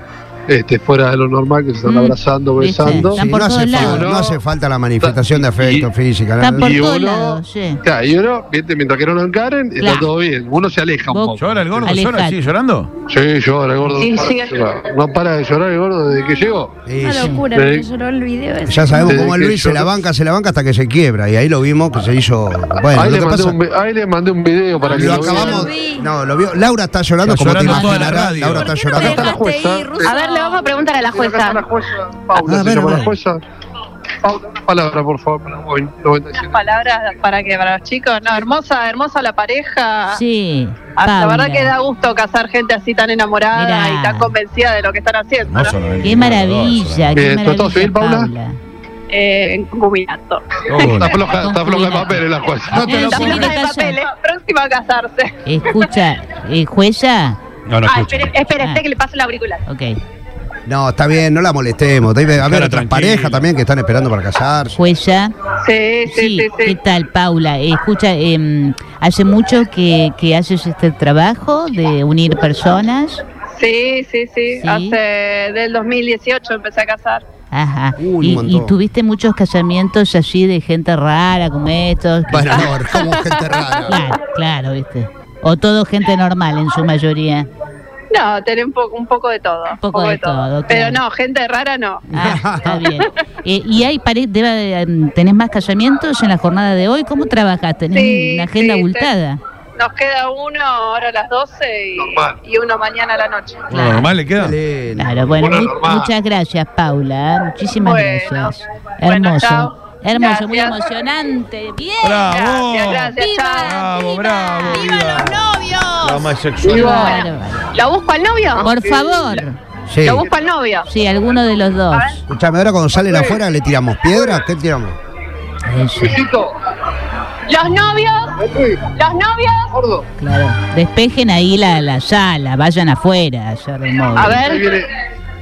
[SPEAKER 6] este, fuera de lo normal que se están
[SPEAKER 3] Mm,
[SPEAKER 6] abrazando,
[SPEAKER 3] viste.
[SPEAKER 6] besando.
[SPEAKER 3] Están por
[SPEAKER 2] no, hace
[SPEAKER 3] todos
[SPEAKER 2] falta,
[SPEAKER 3] lados.
[SPEAKER 2] no hace falta la manifestación de afecto
[SPEAKER 6] Y-
[SPEAKER 2] física.
[SPEAKER 3] Están por
[SPEAKER 6] y
[SPEAKER 3] todos
[SPEAKER 6] uno-
[SPEAKER 3] lados, sí.
[SPEAKER 6] Claro, y uno, viste, mientras que no lo encaren,
[SPEAKER 3] Claro.
[SPEAKER 6] está todo bien. Uno se aleja un
[SPEAKER 3] Vos-
[SPEAKER 6] poco.
[SPEAKER 9] ¿Llora el gordo? ¿Llora?
[SPEAKER 3] Alejate.
[SPEAKER 9] ¿Sigue llorando?
[SPEAKER 6] Sí, llora el gordo.
[SPEAKER 4] Sí,
[SPEAKER 6] no, para
[SPEAKER 4] sí.
[SPEAKER 6] de llorar. no para de llorar el gordo desde que llegó.
[SPEAKER 2] Sí,
[SPEAKER 5] Una
[SPEAKER 2] sí.
[SPEAKER 5] locura,
[SPEAKER 6] Sí.
[SPEAKER 5] me lloró el video ese.
[SPEAKER 2] Ya sabemos
[SPEAKER 6] Desde
[SPEAKER 2] cómo el
[SPEAKER 6] que
[SPEAKER 2] Luis
[SPEAKER 6] yo-
[SPEAKER 2] se la banca, se la banca hasta que se quiebra. Y ahí lo vimos que se hizo. Bueno,
[SPEAKER 6] ahí,
[SPEAKER 2] lo
[SPEAKER 6] le
[SPEAKER 2] que
[SPEAKER 6] mandé
[SPEAKER 2] pasa.
[SPEAKER 6] un, vi- ahí le mandé un video para
[SPEAKER 5] No,
[SPEAKER 6] que
[SPEAKER 2] Lo
[SPEAKER 6] lo vean.
[SPEAKER 2] acabamos.
[SPEAKER 5] Lo vi.
[SPEAKER 2] No, lo vio. Laura está llorando
[SPEAKER 9] Está
[SPEAKER 2] como te
[SPEAKER 9] llorando toda la
[SPEAKER 2] imaginarás.
[SPEAKER 9] radio.
[SPEAKER 2] Laura está
[SPEAKER 5] ¿Por qué no
[SPEAKER 2] llorando.
[SPEAKER 5] te
[SPEAKER 6] Acá está la
[SPEAKER 5] dejaste
[SPEAKER 6] jueza.
[SPEAKER 5] ir, Russo?
[SPEAKER 4] A ver, le vamos a preguntar a la
[SPEAKER 6] Sí, acá está la
[SPEAKER 4] jueza.
[SPEAKER 6] jueza.
[SPEAKER 2] Ah,
[SPEAKER 6] Paula,
[SPEAKER 2] a
[SPEAKER 6] se
[SPEAKER 2] ver,
[SPEAKER 6] llama
[SPEAKER 2] a
[SPEAKER 6] la
[SPEAKER 2] ver.
[SPEAKER 6] jueza. Paula, una palabra, por favor, para hoy, 97.
[SPEAKER 8] palabras para que para los chicos, no, hermosa, hermosa la pareja.
[SPEAKER 3] Sí.
[SPEAKER 8] Ah, La
[SPEAKER 3] Paula.
[SPEAKER 8] verdad que da gusto casar gente así tan enamorada
[SPEAKER 3] Mirá.
[SPEAKER 8] y tan convencida de lo que están haciendo.
[SPEAKER 9] Hermoso,
[SPEAKER 8] ¿no?
[SPEAKER 9] lo del
[SPEAKER 3] Qué
[SPEAKER 9] gordo,
[SPEAKER 3] maravilla, qué
[SPEAKER 6] Bien, ¿todo
[SPEAKER 3] maravilla,
[SPEAKER 6] civil, Paula?
[SPEAKER 8] Eh, en concubinato.
[SPEAKER 9] todo bien.
[SPEAKER 6] Está floja, está floja de
[SPEAKER 3] Concubinato.
[SPEAKER 6] papeles la jueza.
[SPEAKER 3] No te lo
[SPEAKER 8] La
[SPEAKER 3] puedo
[SPEAKER 8] flor de
[SPEAKER 3] creer.
[SPEAKER 8] papel, eh, próxima a
[SPEAKER 2] Ah.
[SPEAKER 8] casarse.
[SPEAKER 3] Escucha, eh, jueza.
[SPEAKER 9] No, no,
[SPEAKER 8] Ah,
[SPEAKER 9] escucha.
[SPEAKER 8] espere, espere, espere que le pase el auricular.
[SPEAKER 3] Ok.
[SPEAKER 2] No, está bien, no la molestemos. Debe haber
[SPEAKER 9] Cara
[SPEAKER 2] otras
[SPEAKER 9] tranquila.
[SPEAKER 2] parejas también que están esperando para casarse.
[SPEAKER 3] Jueza.
[SPEAKER 8] Sí, sí, sí,
[SPEAKER 3] ¿Qué
[SPEAKER 8] sí.
[SPEAKER 3] tal, Paula? Eh, escucha, em, ¿hace mucho que, que haces este trabajo de unir personas?
[SPEAKER 8] Sí, sí, sí.
[SPEAKER 3] Sí.
[SPEAKER 8] Hace del 2018 empecé a casar.
[SPEAKER 3] Ajá.
[SPEAKER 2] Uy, un
[SPEAKER 3] y,
[SPEAKER 2] montón.
[SPEAKER 3] y tuviste muchos casamientos así de gente rara como estos? que-
[SPEAKER 2] Bueno, no, como gente rara.
[SPEAKER 3] Claro, claro, viste. O todo gente normal en su mayoría.
[SPEAKER 8] No, tener un poco, un poco de todo. Un
[SPEAKER 3] poco de todo,
[SPEAKER 8] Pero
[SPEAKER 3] claro.
[SPEAKER 8] no, gente rara no.
[SPEAKER 3] Ah, está bien. Eh, ¿Y hay pare debe de- em, tenés más casamientos en la jornada de hoy? ¿Cómo trabajas? ¿Tenés
[SPEAKER 8] Sí,
[SPEAKER 3] una agenda
[SPEAKER 8] sí,
[SPEAKER 3] abultada?
[SPEAKER 8] Nos queda uno ahora a las 12 y,
[SPEAKER 6] Normal.
[SPEAKER 8] y uno mañana a la noche.
[SPEAKER 9] Bueno, normal le queda.
[SPEAKER 2] Elena.
[SPEAKER 3] Claro, bueno,
[SPEAKER 6] Bueno,
[SPEAKER 3] mu-
[SPEAKER 6] normal.
[SPEAKER 3] muchas gracias, Paula. ¿eh? Muchísimas
[SPEAKER 8] Bueno,
[SPEAKER 3] gracias.
[SPEAKER 8] bueno,
[SPEAKER 3] Hermoso.
[SPEAKER 8] chao.
[SPEAKER 3] Hermoso, muy emocionante. Bien.
[SPEAKER 10] Bravo.
[SPEAKER 3] Gracias,
[SPEAKER 10] Viva, Bravo, bravo. Viva,
[SPEAKER 5] los novios.
[SPEAKER 10] La homosexualidad.
[SPEAKER 4] ¿Lo busco al novio?
[SPEAKER 3] Por favor.
[SPEAKER 2] Sí.
[SPEAKER 4] ¿Lo busco al novio?
[SPEAKER 3] Sí, alguno de los dos.
[SPEAKER 2] Escuchame, ahora cuando salen afuera, ¿le tiramos piedras? ¿Qué tiramos?
[SPEAKER 4] Los novios, los novios.
[SPEAKER 3] Claro. Despejen ahí la, la sala, vayan afuera. a hacer el móvil.
[SPEAKER 4] A
[SPEAKER 9] Ahí viene,
[SPEAKER 4] ver,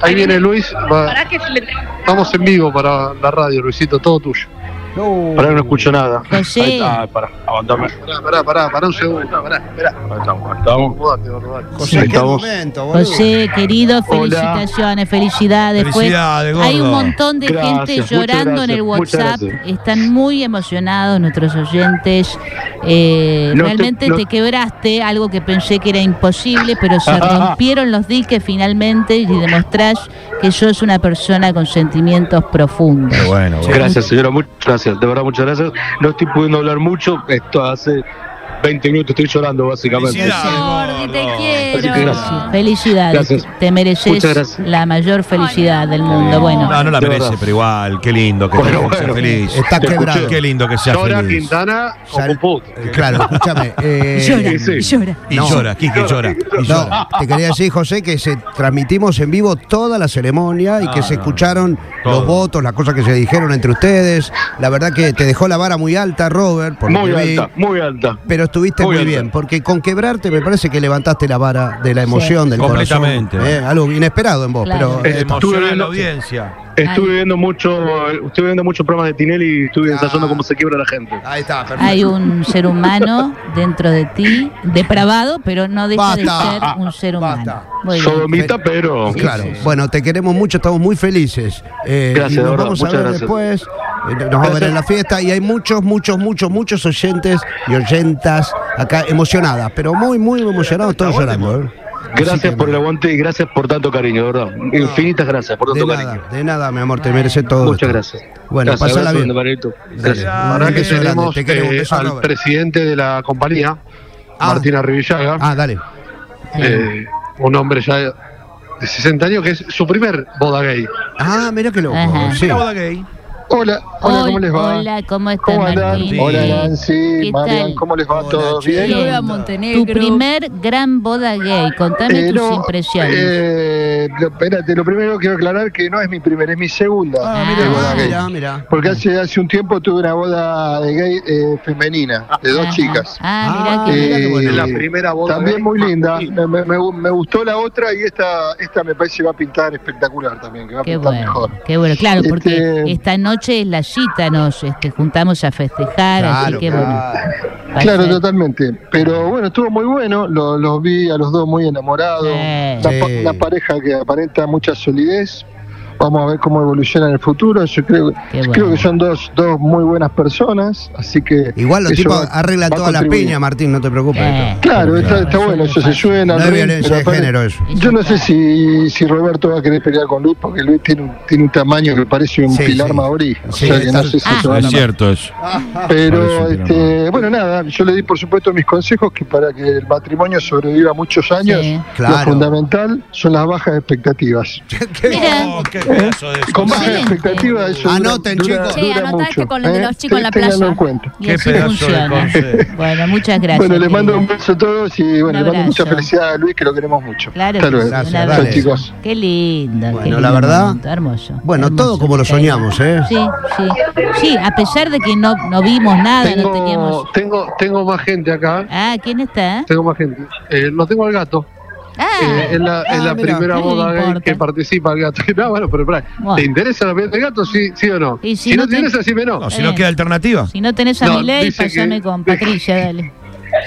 [SPEAKER 9] ahí viene Luis. va-
[SPEAKER 4] para que se le-
[SPEAKER 9] Estamos en vivo para la radio, Luisito, todo tuyo.
[SPEAKER 2] No.
[SPEAKER 9] Pará, que no escucho nada.
[SPEAKER 3] José.
[SPEAKER 9] Ahí está.
[SPEAKER 6] Ah, pará, aguantame.
[SPEAKER 9] Pará, pará, pará, pará un segundo. Pará, pará.
[SPEAKER 6] Ahí estamos, ahí estamos.
[SPEAKER 9] Rodate, rodate.
[SPEAKER 2] José,
[SPEAKER 6] Ahí
[SPEAKER 2] qué
[SPEAKER 6] estamos.
[SPEAKER 2] momento, boludo.
[SPEAKER 3] José, querido, felicitaciones, felicidades. Fue-
[SPEAKER 10] Felicidades, gordo.
[SPEAKER 3] Hay un montón de
[SPEAKER 6] Gracias,
[SPEAKER 3] gente
[SPEAKER 6] muchas
[SPEAKER 3] llorando en el
[SPEAKER 6] gracias, muchas
[SPEAKER 3] WhatsApp.
[SPEAKER 6] gracias.
[SPEAKER 3] Están muy emocionados nuestros oyentes. Eh,
[SPEAKER 9] No te-
[SPEAKER 3] realmente
[SPEAKER 9] no-
[SPEAKER 3] te quebraste, algo que pensé que era imposible, pero se rompieron los diques finalmente y demostrás que sos una persona con sentimientos profundos.
[SPEAKER 10] Qué bueno, bueno.
[SPEAKER 6] Gracias, señora, muchas gracias. De verdad, muchas gracias. No estoy pudiendo hablar mucho. Esto hace 20 minutos estoy llorando, básicamente.
[SPEAKER 10] Felicidades,
[SPEAKER 5] Jordi, te
[SPEAKER 10] gordo.
[SPEAKER 6] Así
[SPEAKER 5] quiero.
[SPEAKER 6] que
[SPEAKER 3] Sí,
[SPEAKER 6] gracias.
[SPEAKER 3] felicidades,
[SPEAKER 6] Gracias.
[SPEAKER 3] te mereces
[SPEAKER 6] Muchas gracias.
[SPEAKER 3] la mayor felicidad del mundo. Bueno,
[SPEAKER 10] No, no la
[SPEAKER 6] De
[SPEAKER 10] merece,
[SPEAKER 6] verdad.
[SPEAKER 10] pero igual, qué lindo que
[SPEAKER 6] Bueno,
[SPEAKER 10] sea
[SPEAKER 6] bueno.
[SPEAKER 10] feliz.
[SPEAKER 2] Está
[SPEAKER 10] Qué-
[SPEAKER 2] quebrado.
[SPEAKER 10] Qué lindo que sea
[SPEAKER 9] Ahora
[SPEAKER 10] feliz.
[SPEAKER 9] Quintana o
[SPEAKER 2] Sal-
[SPEAKER 9] Popote.
[SPEAKER 2] Eh, Claro, escúchame. eh,
[SPEAKER 3] llora,
[SPEAKER 6] sí.
[SPEAKER 3] llora.
[SPEAKER 10] Y
[SPEAKER 2] No.
[SPEAKER 10] llora, Quique llora. Y
[SPEAKER 2] No,
[SPEAKER 10] llora.
[SPEAKER 2] te quería decir, José, que se transmitimos en vivo toda la ceremonia y que
[SPEAKER 10] Ah,
[SPEAKER 2] se
[SPEAKER 10] no.
[SPEAKER 2] escucharon
[SPEAKER 10] Todo.
[SPEAKER 2] los votos, las cosas que se dijeron entre ustedes. La verdad que te dejó la vara muy alta, Robert, por lo
[SPEAKER 6] Muy
[SPEAKER 2] que vi,
[SPEAKER 6] alta, muy alta.
[SPEAKER 2] Pero estuviste muy,
[SPEAKER 6] Muy alta.
[SPEAKER 2] bien, porque con quebrarte me parece que levantaste la vara de la emoción, del
[SPEAKER 10] Completamente.
[SPEAKER 2] corazón. ¿eh? Algo inesperado en vos,
[SPEAKER 3] Claro.
[SPEAKER 2] pero...
[SPEAKER 6] Eh,
[SPEAKER 10] Emociona a la
[SPEAKER 6] viendo-
[SPEAKER 10] audiencia.
[SPEAKER 6] Estuve viendo mucho, estuve viendo muchos programas de Tinelli y estuve
[SPEAKER 10] Ah.
[SPEAKER 6] ensayando cómo se quiebra la gente.
[SPEAKER 2] Ahí está, perfecto.
[SPEAKER 3] Hay un ser humano dentro de ti, depravado, pero no deja
[SPEAKER 2] Basta.
[SPEAKER 3] de ser un ser humano.
[SPEAKER 2] Basta.
[SPEAKER 3] Muy bien.
[SPEAKER 6] Sodomita, pero.
[SPEAKER 2] Claro, bueno, te queremos mucho, estamos muy felices. Eh,
[SPEAKER 6] Gracias,
[SPEAKER 2] y
[SPEAKER 6] de
[SPEAKER 2] nos
[SPEAKER 6] verdad,
[SPEAKER 2] vamos a
[SPEAKER 6] muchas
[SPEAKER 2] ver
[SPEAKER 6] gracias.
[SPEAKER 2] después, eh, nos vamos a ver en la fiesta y hay muchos, muchos, muchos, muchos oyentes y oyentas acá emocionadas, pero muy, muy emocionados, todos llorando. ¿eh? Así
[SPEAKER 6] Gracias
[SPEAKER 2] que,
[SPEAKER 6] por el aguante y gracias por tanto cariño, de verdad. Infinitas gracias por
[SPEAKER 2] De
[SPEAKER 6] tanto cariño.
[SPEAKER 2] nada, de nada, mi amor, te merece todo.
[SPEAKER 6] Muchas
[SPEAKER 2] esto.
[SPEAKER 6] gracias.
[SPEAKER 2] Bueno,
[SPEAKER 6] Gracias,
[SPEAKER 2] pásala
[SPEAKER 6] abrazo,
[SPEAKER 2] bien.
[SPEAKER 6] Margarito.
[SPEAKER 2] Dale,
[SPEAKER 6] Gracias.
[SPEAKER 2] un
[SPEAKER 9] Ahora que
[SPEAKER 2] beso grande,
[SPEAKER 9] tenemos
[SPEAKER 2] te queremos, un
[SPEAKER 9] eh,
[SPEAKER 2] beso,
[SPEAKER 9] al
[SPEAKER 2] Robert.
[SPEAKER 9] presidente de la compañía,
[SPEAKER 2] Ah.
[SPEAKER 9] Martín Arribillaga,
[SPEAKER 2] Ah, dale.
[SPEAKER 9] eh, un hombre ya de 60 años, que es su primer boda gay.
[SPEAKER 2] Ah, mira que loco.
[SPEAKER 3] Ajá.
[SPEAKER 2] Sí.
[SPEAKER 9] Hola, hola, ¿cómo les va?
[SPEAKER 3] Hola, ¿cómo estás,
[SPEAKER 9] ¿Cómo andan?
[SPEAKER 3] Martín?
[SPEAKER 9] Hola,
[SPEAKER 3] ¿Qué
[SPEAKER 9] Nancy,
[SPEAKER 3] tal?
[SPEAKER 9] Marian, ¿cómo les va?
[SPEAKER 2] Hola,
[SPEAKER 9] ¿Todo
[SPEAKER 2] chicos.
[SPEAKER 9] bien?
[SPEAKER 5] Yo veo a
[SPEAKER 3] Tu
[SPEAKER 5] Montenegro.
[SPEAKER 3] primer gran boda gay, contame
[SPEAKER 9] Eh,
[SPEAKER 3] tus
[SPEAKER 9] no,
[SPEAKER 3] impresiones.
[SPEAKER 9] eh, lo, espérate, lo primero quiero aclarar que no es mi primera, es mi segunda.
[SPEAKER 3] Ah,
[SPEAKER 9] de boda
[SPEAKER 2] Ah,
[SPEAKER 9] gay.
[SPEAKER 2] mirá, mirá.
[SPEAKER 9] Porque hace, hace un tiempo tuve una boda de gay eh, femenina, de dos
[SPEAKER 3] Ajá.
[SPEAKER 9] chicas.
[SPEAKER 3] Ah,
[SPEAKER 2] Ah,
[SPEAKER 3] mira
[SPEAKER 2] mirá
[SPEAKER 3] que
[SPEAKER 2] qué bueno.
[SPEAKER 9] la
[SPEAKER 6] primera
[SPEAKER 9] También muy
[SPEAKER 2] Ah,
[SPEAKER 9] linda. Me, me- me gu- me gustó la otra y esta, esta me parece que va a pintar espectacular también, que va a
[SPEAKER 3] Qué
[SPEAKER 9] pintar
[SPEAKER 3] bueno,
[SPEAKER 9] mejor.
[SPEAKER 3] qué bueno, claro, porque
[SPEAKER 9] Este-
[SPEAKER 3] esta noche es la cita, nos este, juntamos a festejar, así
[SPEAKER 2] Claro,
[SPEAKER 3] que
[SPEAKER 2] claro.
[SPEAKER 3] bueno. va a
[SPEAKER 9] Claro,
[SPEAKER 3] ser-
[SPEAKER 9] totalmente.
[SPEAKER 3] Ah.
[SPEAKER 9] Pero bueno, estuvo muy bueno. lo- los vi a los dos muy enamorados.
[SPEAKER 3] Sí.
[SPEAKER 9] Una, pa-
[SPEAKER 2] Sí.
[SPEAKER 9] una pareja que aparenta mucha solidez. Vamos a ver cómo evoluciona en el futuro. Yo creo,
[SPEAKER 3] Qué bueno.
[SPEAKER 9] creo que son dos, dos muy buenas personas. Así que.
[SPEAKER 2] Igual los
[SPEAKER 9] eso
[SPEAKER 2] tipos
[SPEAKER 9] va-
[SPEAKER 2] arreglan
[SPEAKER 9] va a
[SPEAKER 2] toda la
[SPEAKER 9] contribuir.
[SPEAKER 2] piña, Martín, no te preocupes.
[SPEAKER 3] Eh,
[SPEAKER 9] Claro, está, está
[SPEAKER 3] Eso
[SPEAKER 9] bueno.
[SPEAKER 3] es
[SPEAKER 9] Ellos se
[SPEAKER 3] fácil.
[SPEAKER 9] suben
[SPEAKER 2] No
[SPEAKER 9] al
[SPEAKER 2] hay
[SPEAKER 9] ring,
[SPEAKER 2] violencia
[SPEAKER 9] pero
[SPEAKER 2] de
[SPEAKER 9] aparte-
[SPEAKER 2] género eso.
[SPEAKER 3] Eso
[SPEAKER 9] Yo no
[SPEAKER 3] es
[SPEAKER 9] sé
[SPEAKER 3] verdad.
[SPEAKER 9] si, si Roberto va a querer pelear con Luis porque Luis tiene un, tiene un tamaño que parece un
[SPEAKER 2] Sí,
[SPEAKER 9] pilar
[SPEAKER 2] sí.
[SPEAKER 9] maorí. O
[SPEAKER 2] Sí,
[SPEAKER 9] sea que no
[SPEAKER 2] está-
[SPEAKER 9] sé si
[SPEAKER 3] Ah.
[SPEAKER 9] se va a
[SPEAKER 10] Es cierto eso.
[SPEAKER 9] Pero,
[SPEAKER 10] Parece un
[SPEAKER 9] este, bueno, nada, yo le di por supuesto mis consejos que para que el matrimonio sobreviva muchos años,
[SPEAKER 3] Sí.
[SPEAKER 2] Claro.
[SPEAKER 9] lo fundamental son las bajas expectativas.
[SPEAKER 3] Mira,
[SPEAKER 10] Oh, qué pedazo de
[SPEAKER 9] Con bajas
[SPEAKER 3] Excelente.
[SPEAKER 9] expectativas eso dura-
[SPEAKER 2] Anoten,
[SPEAKER 9] dura-
[SPEAKER 2] chicos.
[SPEAKER 5] Sí,
[SPEAKER 9] dura
[SPEAKER 5] anotá
[SPEAKER 9] mucho, ¿eh?
[SPEAKER 5] que con los de los chicos en la
[SPEAKER 9] Ténganlo
[SPEAKER 5] playa.
[SPEAKER 9] en cuenta.
[SPEAKER 3] y
[SPEAKER 10] Qué
[SPEAKER 3] así
[SPEAKER 10] pedazo de
[SPEAKER 3] funciona.
[SPEAKER 10] consejo.
[SPEAKER 3] Bueno, muchas gracias.
[SPEAKER 9] bueno, les
[SPEAKER 3] querido.
[SPEAKER 9] mando un beso a todos y bueno,
[SPEAKER 3] Un
[SPEAKER 9] les mando mucha
[SPEAKER 3] abrazo.
[SPEAKER 9] felicidad a Luis que lo queremos mucho.
[SPEAKER 3] Claro,
[SPEAKER 9] Hasta
[SPEAKER 3] que
[SPEAKER 9] luego.
[SPEAKER 3] sí,
[SPEAKER 2] Gracias,
[SPEAKER 3] un
[SPEAKER 9] Chao,
[SPEAKER 3] abrazo.
[SPEAKER 2] dale.
[SPEAKER 9] chicos.
[SPEAKER 3] Qué lindo. qué
[SPEAKER 2] Bueno,
[SPEAKER 3] lindo
[SPEAKER 2] la verdad-
[SPEAKER 3] momento, hermoso.
[SPEAKER 2] Bueno,
[SPEAKER 3] hermoso.
[SPEAKER 2] todo como lo soñamos, ¿eh?
[SPEAKER 3] Sí, sí. Sí, a pesar de que no, no vimos nada, no teníamos.
[SPEAKER 9] Tengo, tengo, tengo más gente acá.
[SPEAKER 3] Ah, ¿quién está?
[SPEAKER 9] Tengo más gente. Eh, no tengo al gato.
[SPEAKER 3] Ah,
[SPEAKER 9] Eh, es la, es
[SPEAKER 3] ah, mira,
[SPEAKER 9] la primera
[SPEAKER 3] ¿qué le
[SPEAKER 9] boda gay
[SPEAKER 3] importa?
[SPEAKER 9] que participa el gato. No, bueno, pero pará.
[SPEAKER 3] Bueno.
[SPEAKER 9] ¿Te interesa la pelota del gato? Sí, sí o no.
[SPEAKER 3] Y si
[SPEAKER 9] si,
[SPEAKER 3] no
[SPEAKER 9] no te,
[SPEAKER 3] te-
[SPEAKER 9] interesa, sí menos.
[SPEAKER 10] No, si no queda alternativa.
[SPEAKER 3] si no tenés a
[SPEAKER 9] No,
[SPEAKER 3] mi ley,
[SPEAKER 9] dice
[SPEAKER 3] pasame
[SPEAKER 9] que-
[SPEAKER 3] con Patricia, dale.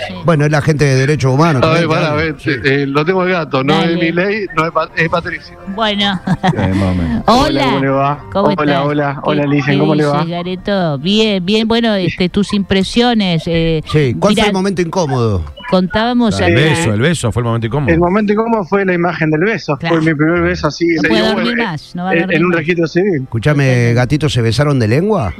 [SPEAKER 3] Sí.
[SPEAKER 2] Bueno, es la gente de derechos humanos.
[SPEAKER 9] A ver,
[SPEAKER 2] también,
[SPEAKER 9] pará, a
[SPEAKER 2] claro.
[SPEAKER 9] ver. eh, lo tengo el gato. No
[SPEAKER 3] Dale.
[SPEAKER 9] es mi ley, no es, Pa- es Patricia.
[SPEAKER 3] Bueno.
[SPEAKER 10] Eh, más o menos.
[SPEAKER 3] Hola.
[SPEAKER 11] ¿cómo le va?
[SPEAKER 3] Ah, ¿Cómo
[SPEAKER 11] hola,
[SPEAKER 3] estás?
[SPEAKER 11] hola,
[SPEAKER 3] ¿Qué-
[SPEAKER 11] hola, Licen,
[SPEAKER 3] qué
[SPEAKER 11] ¿cómo le va?
[SPEAKER 3] dices, Gareto? Bien, bien, bueno, este, tus impresiones. eh,
[SPEAKER 2] Sí, ¿cuál
[SPEAKER 3] mirá,
[SPEAKER 2] fue el momento incómodo?
[SPEAKER 3] contábamos
[SPEAKER 10] el
[SPEAKER 3] acá.
[SPEAKER 10] beso, el beso fue el momento incómodo.
[SPEAKER 11] El momento y cómo fue la imagen del beso.
[SPEAKER 3] Claro.
[SPEAKER 11] Fue mi primer beso así.
[SPEAKER 3] No
[SPEAKER 11] se
[SPEAKER 3] puede
[SPEAKER 11] dio
[SPEAKER 3] dormir
[SPEAKER 11] en-
[SPEAKER 3] más, no va a
[SPEAKER 11] en-
[SPEAKER 3] dormir
[SPEAKER 11] eh, En un
[SPEAKER 3] más.
[SPEAKER 11] registro civil.
[SPEAKER 2] Escúchame, gatitos, ¿se besaron de lengua?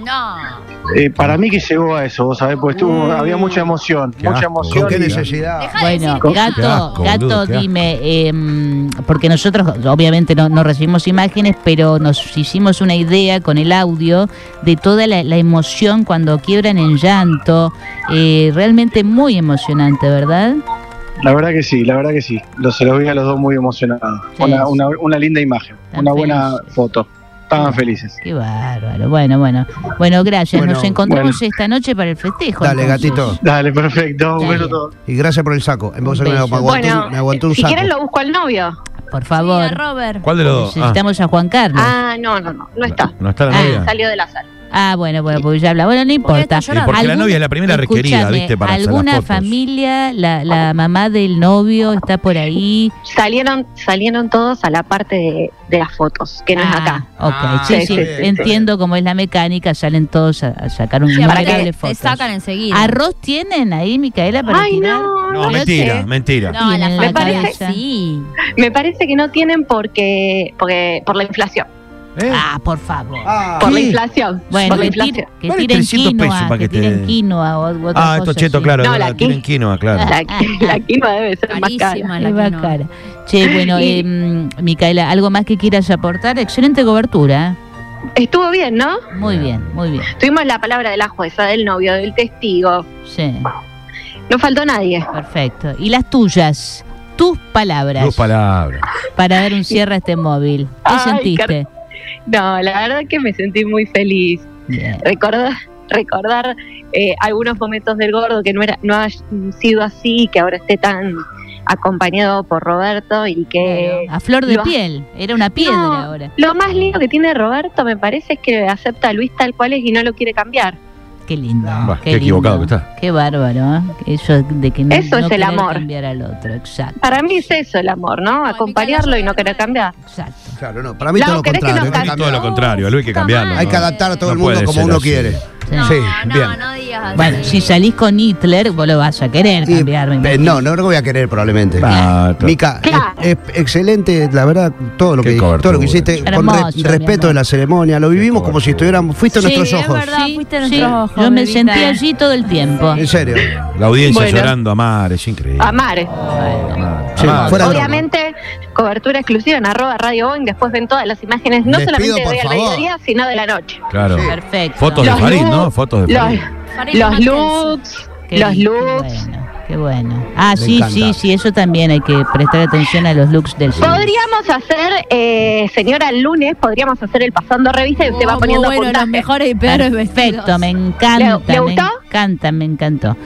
[SPEAKER 11] Eh, para mí que llegó a eso, vos sabés, porque
[SPEAKER 3] Mm.
[SPEAKER 11] estuvo, había mucha emoción.
[SPEAKER 2] Qué
[SPEAKER 11] mucha
[SPEAKER 2] asco.
[SPEAKER 11] emoción.
[SPEAKER 2] ¿Con qué
[SPEAKER 11] y-
[SPEAKER 2] necesidad?
[SPEAKER 3] Bueno,
[SPEAKER 11] Qué
[SPEAKER 3] gato,
[SPEAKER 11] asco,
[SPEAKER 3] gato,
[SPEAKER 11] boludo, qué asco.
[SPEAKER 3] dime, eh, porque nosotros obviamente no, no recibimos imágenes, pero nos hicimos una idea con el audio de toda la, la emoción cuando quiebran en llanto, eh, realmente muy emocionante, ¿verdad?
[SPEAKER 11] La verdad que sí, la verdad que sí. Los, se los vi a los dos muy emocionados.
[SPEAKER 3] Sí.
[SPEAKER 11] Una, una, una linda imagen, una buena foto. Estaban felices.
[SPEAKER 3] Qué bárbaro. Bueno, bueno, bueno, gracias.
[SPEAKER 11] Bueno,
[SPEAKER 3] nos encontramos
[SPEAKER 11] bueno.
[SPEAKER 3] esta noche para el festejo.
[SPEAKER 2] Dale,
[SPEAKER 3] entonces.
[SPEAKER 2] gatito.
[SPEAKER 11] Dale, perfecto.
[SPEAKER 2] Bueno,
[SPEAKER 11] todo.
[SPEAKER 2] Y gracias por el saco. En vos me
[SPEAKER 3] beso.
[SPEAKER 2] aguantó,
[SPEAKER 4] Bueno,
[SPEAKER 2] un- me aguantó un
[SPEAKER 4] si
[SPEAKER 2] saco.
[SPEAKER 4] quieren lo busco al novio.
[SPEAKER 3] Por favor.
[SPEAKER 4] Robert.
[SPEAKER 10] ¿Cuál de los dos?
[SPEAKER 3] Necesitamos a Juan Carlos.
[SPEAKER 4] Ah, no, no, no, no está.
[SPEAKER 10] No está la
[SPEAKER 3] Ah,
[SPEAKER 10] novia.
[SPEAKER 4] Salió de la sala.
[SPEAKER 3] Ah, bueno, bueno, porque ya habla. Bueno, no importa.
[SPEAKER 10] está llorando. Y porque la
[SPEAKER 3] Alguna-
[SPEAKER 10] novia es la primera requerida,
[SPEAKER 3] Escúchame,
[SPEAKER 10] ¿viste? Para hacer las
[SPEAKER 3] ¿Alguna
[SPEAKER 10] fotos.
[SPEAKER 3] familia, la, la mamá del novio está por ahí?
[SPEAKER 4] Salieron, salieron todos a la parte de, de las fotos, que no
[SPEAKER 3] Ah.
[SPEAKER 4] es acá.
[SPEAKER 3] Ok,
[SPEAKER 10] Ah,
[SPEAKER 3] sí, sí, entiendo cómo es la mecánica, salen todos a, a sacar un
[SPEAKER 5] Sí, aparte
[SPEAKER 3] impecable
[SPEAKER 5] te
[SPEAKER 3] foto.
[SPEAKER 5] sacan enseguida.
[SPEAKER 3] ¿Arroz tienen ahí, Micaela, para
[SPEAKER 4] Ay,
[SPEAKER 3] tirar?
[SPEAKER 4] no,
[SPEAKER 10] No, mentira, mentira.
[SPEAKER 5] No, la
[SPEAKER 3] Tienen
[SPEAKER 4] Me parece-
[SPEAKER 3] cabeza.
[SPEAKER 4] Me parece que no tienen porque, porque por la inflación.
[SPEAKER 10] Eh.
[SPEAKER 3] Ah, por favor.
[SPEAKER 4] por la
[SPEAKER 10] ¿Qué?
[SPEAKER 4] inflación.
[SPEAKER 3] Bueno,
[SPEAKER 4] por la
[SPEAKER 3] que, tir-
[SPEAKER 4] inflación.
[SPEAKER 3] que
[SPEAKER 10] Vale
[SPEAKER 3] tiren
[SPEAKER 10] 300 pesos
[SPEAKER 3] quinoa,
[SPEAKER 10] para que
[SPEAKER 3] que
[SPEAKER 10] te-
[SPEAKER 3] tiren quinoa o, u otra
[SPEAKER 10] Ah, esto
[SPEAKER 3] cosa
[SPEAKER 10] cheto,
[SPEAKER 3] así.
[SPEAKER 10] claro.
[SPEAKER 4] No,
[SPEAKER 10] No,
[SPEAKER 4] la
[SPEAKER 10] tienen
[SPEAKER 4] qui-
[SPEAKER 10] quinoa, claro.
[SPEAKER 4] La,
[SPEAKER 3] Ah.
[SPEAKER 4] la quinoa debe ser más cara.
[SPEAKER 3] Ahí va cara. Che, bueno,
[SPEAKER 4] Y-
[SPEAKER 3] eh, mm, Micaela, ¿algo más que quieras aportar? Excelente cobertura. ¿eh?
[SPEAKER 4] Estuvo bien, ¿no?
[SPEAKER 3] Muy bien, muy bien.
[SPEAKER 4] Tuvimos la palabra de la jueza, del novio, del testigo.
[SPEAKER 3] Sí,
[SPEAKER 4] No faltó nadie.
[SPEAKER 3] perfecto. Y las tuyas, tus palabras,
[SPEAKER 10] Dos palabras.
[SPEAKER 3] para dar un cierre a este móvil. ¿Qué
[SPEAKER 4] Ay,
[SPEAKER 3] sentiste?
[SPEAKER 4] No, la verdad que me sentí muy feliz.
[SPEAKER 3] Bien.
[SPEAKER 4] Recordar, recordar eh, algunos momentos del gordo que no, era, no ha sido así, que ahora esté tan acompañado por Roberto y que...
[SPEAKER 3] A flor de
[SPEAKER 4] lo-
[SPEAKER 3] piel, era una piedra
[SPEAKER 4] Eh, No,
[SPEAKER 3] ahora.
[SPEAKER 4] Lo más lindo que tiene Roberto me parece es que acepta a Luis tal cual es y no lo quiere cambiar.
[SPEAKER 3] Qué lindo.
[SPEAKER 10] Bah,
[SPEAKER 3] qué
[SPEAKER 10] Ah, qué equivocado
[SPEAKER 3] lindo.
[SPEAKER 10] que está.
[SPEAKER 3] Qué bárbaro, ¿eh? Eso de que no,
[SPEAKER 4] Eso
[SPEAKER 3] no
[SPEAKER 4] es el
[SPEAKER 3] querer
[SPEAKER 4] amor.
[SPEAKER 3] cambiar al otro, exacto.
[SPEAKER 4] Para mí es eso el amor, ¿no? Acompañarlo y no querer cambiar.
[SPEAKER 3] Exacto.
[SPEAKER 2] Claro, no, para mí todo
[SPEAKER 4] Lau,
[SPEAKER 2] lo
[SPEAKER 4] ¿querés que nos
[SPEAKER 2] contrario. hay que
[SPEAKER 10] Es
[SPEAKER 2] cambiar.
[SPEAKER 10] todo lo contrario, a Luis hay que cambiarlo.
[SPEAKER 2] Hay que adaptar a todo el mundo
[SPEAKER 10] puede
[SPEAKER 2] como
[SPEAKER 10] ser
[SPEAKER 2] uno
[SPEAKER 10] así.
[SPEAKER 2] quiere. sí, bien.
[SPEAKER 3] Bueno, si salís con Hitler, vos lo vas a querer
[SPEAKER 2] Y-
[SPEAKER 3] cambiar. me
[SPEAKER 2] eh,
[SPEAKER 3] imagino.
[SPEAKER 2] no, no lo voy a querer probablemente.
[SPEAKER 10] Ah, t-
[SPEAKER 2] Mica, es- es excelente, la verdad, todo lo
[SPEAKER 10] Qué
[SPEAKER 2] que, todo lo
[SPEAKER 10] cobertura.
[SPEAKER 2] que hiciste, con
[SPEAKER 3] Hermoso,
[SPEAKER 2] re-
[SPEAKER 3] mi
[SPEAKER 2] respeto
[SPEAKER 3] amor.
[SPEAKER 2] de la ceremonia, lo vivimos como si estuviéramos, fuiste nuestros ojos.
[SPEAKER 4] Ah,
[SPEAKER 3] Sí,
[SPEAKER 5] fuiste
[SPEAKER 3] sí,
[SPEAKER 5] nuestros ojos,
[SPEAKER 3] Yo me
[SPEAKER 5] bebita.
[SPEAKER 3] sentí allí todo el tiempo.
[SPEAKER 2] En serio.
[SPEAKER 10] La audiencia
[SPEAKER 4] Bueno.
[SPEAKER 10] llorando a mar, es increíble.
[SPEAKER 4] Amar.
[SPEAKER 10] Amar.
[SPEAKER 2] Sí,
[SPEAKER 10] Amar.
[SPEAKER 2] fuera de broma.
[SPEAKER 4] Obviamente, cobertura exclusiva en arroba Radio Boeing. Después ven todas las imágenes, no
[SPEAKER 2] Les
[SPEAKER 4] solamente
[SPEAKER 2] pido, por
[SPEAKER 4] del
[SPEAKER 2] favor.
[SPEAKER 4] mediodía, sino de la noche.
[SPEAKER 10] Claro.
[SPEAKER 3] Perfecto.
[SPEAKER 10] Fotos de
[SPEAKER 4] Los
[SPEAKER 10] Farid,
[SPEAKER 4] looks,
[SPEAKER 10] ¿no? Fotos de
[SPEAKER 4] los-
[SPEAKER 10] Farid.
[SPEAKER 4] Los looks,
[SPEAKER 3] Qué
[SPEAKER 4] los
[SPEAKER 3] lindo,
[SPEAKER 4] looks.
[SPEAKER 3] Qué bueno. Ah,
[SPEAKER 2] Me
[SPEAKER 3] sí,
[SPEAKER 2] encanta.
[SPEAKER 3] sí, sí, eso también hay que prestar atención a los looks del sol.
[SPEAKER 4] Podríamos hacer, eh, señora, el lunes podríamos hacer el pasando revista y usted va
[SPEAKER 5] Muy
[SPEAKER 4] poniendo
[SPEAKER 5] Oh, bueno,
[SPEAKER 4] puntaje.
[SPEAKER 5] los mejores y peores vestidos.
[SPEAKER 3] Perfecto, me encanta.
[SPEAKER 4] ¿Le- le
[SPEAKER 3] me
[SPEAKER 4] gustó?
[SPEAKER 3] encanta, me encantó.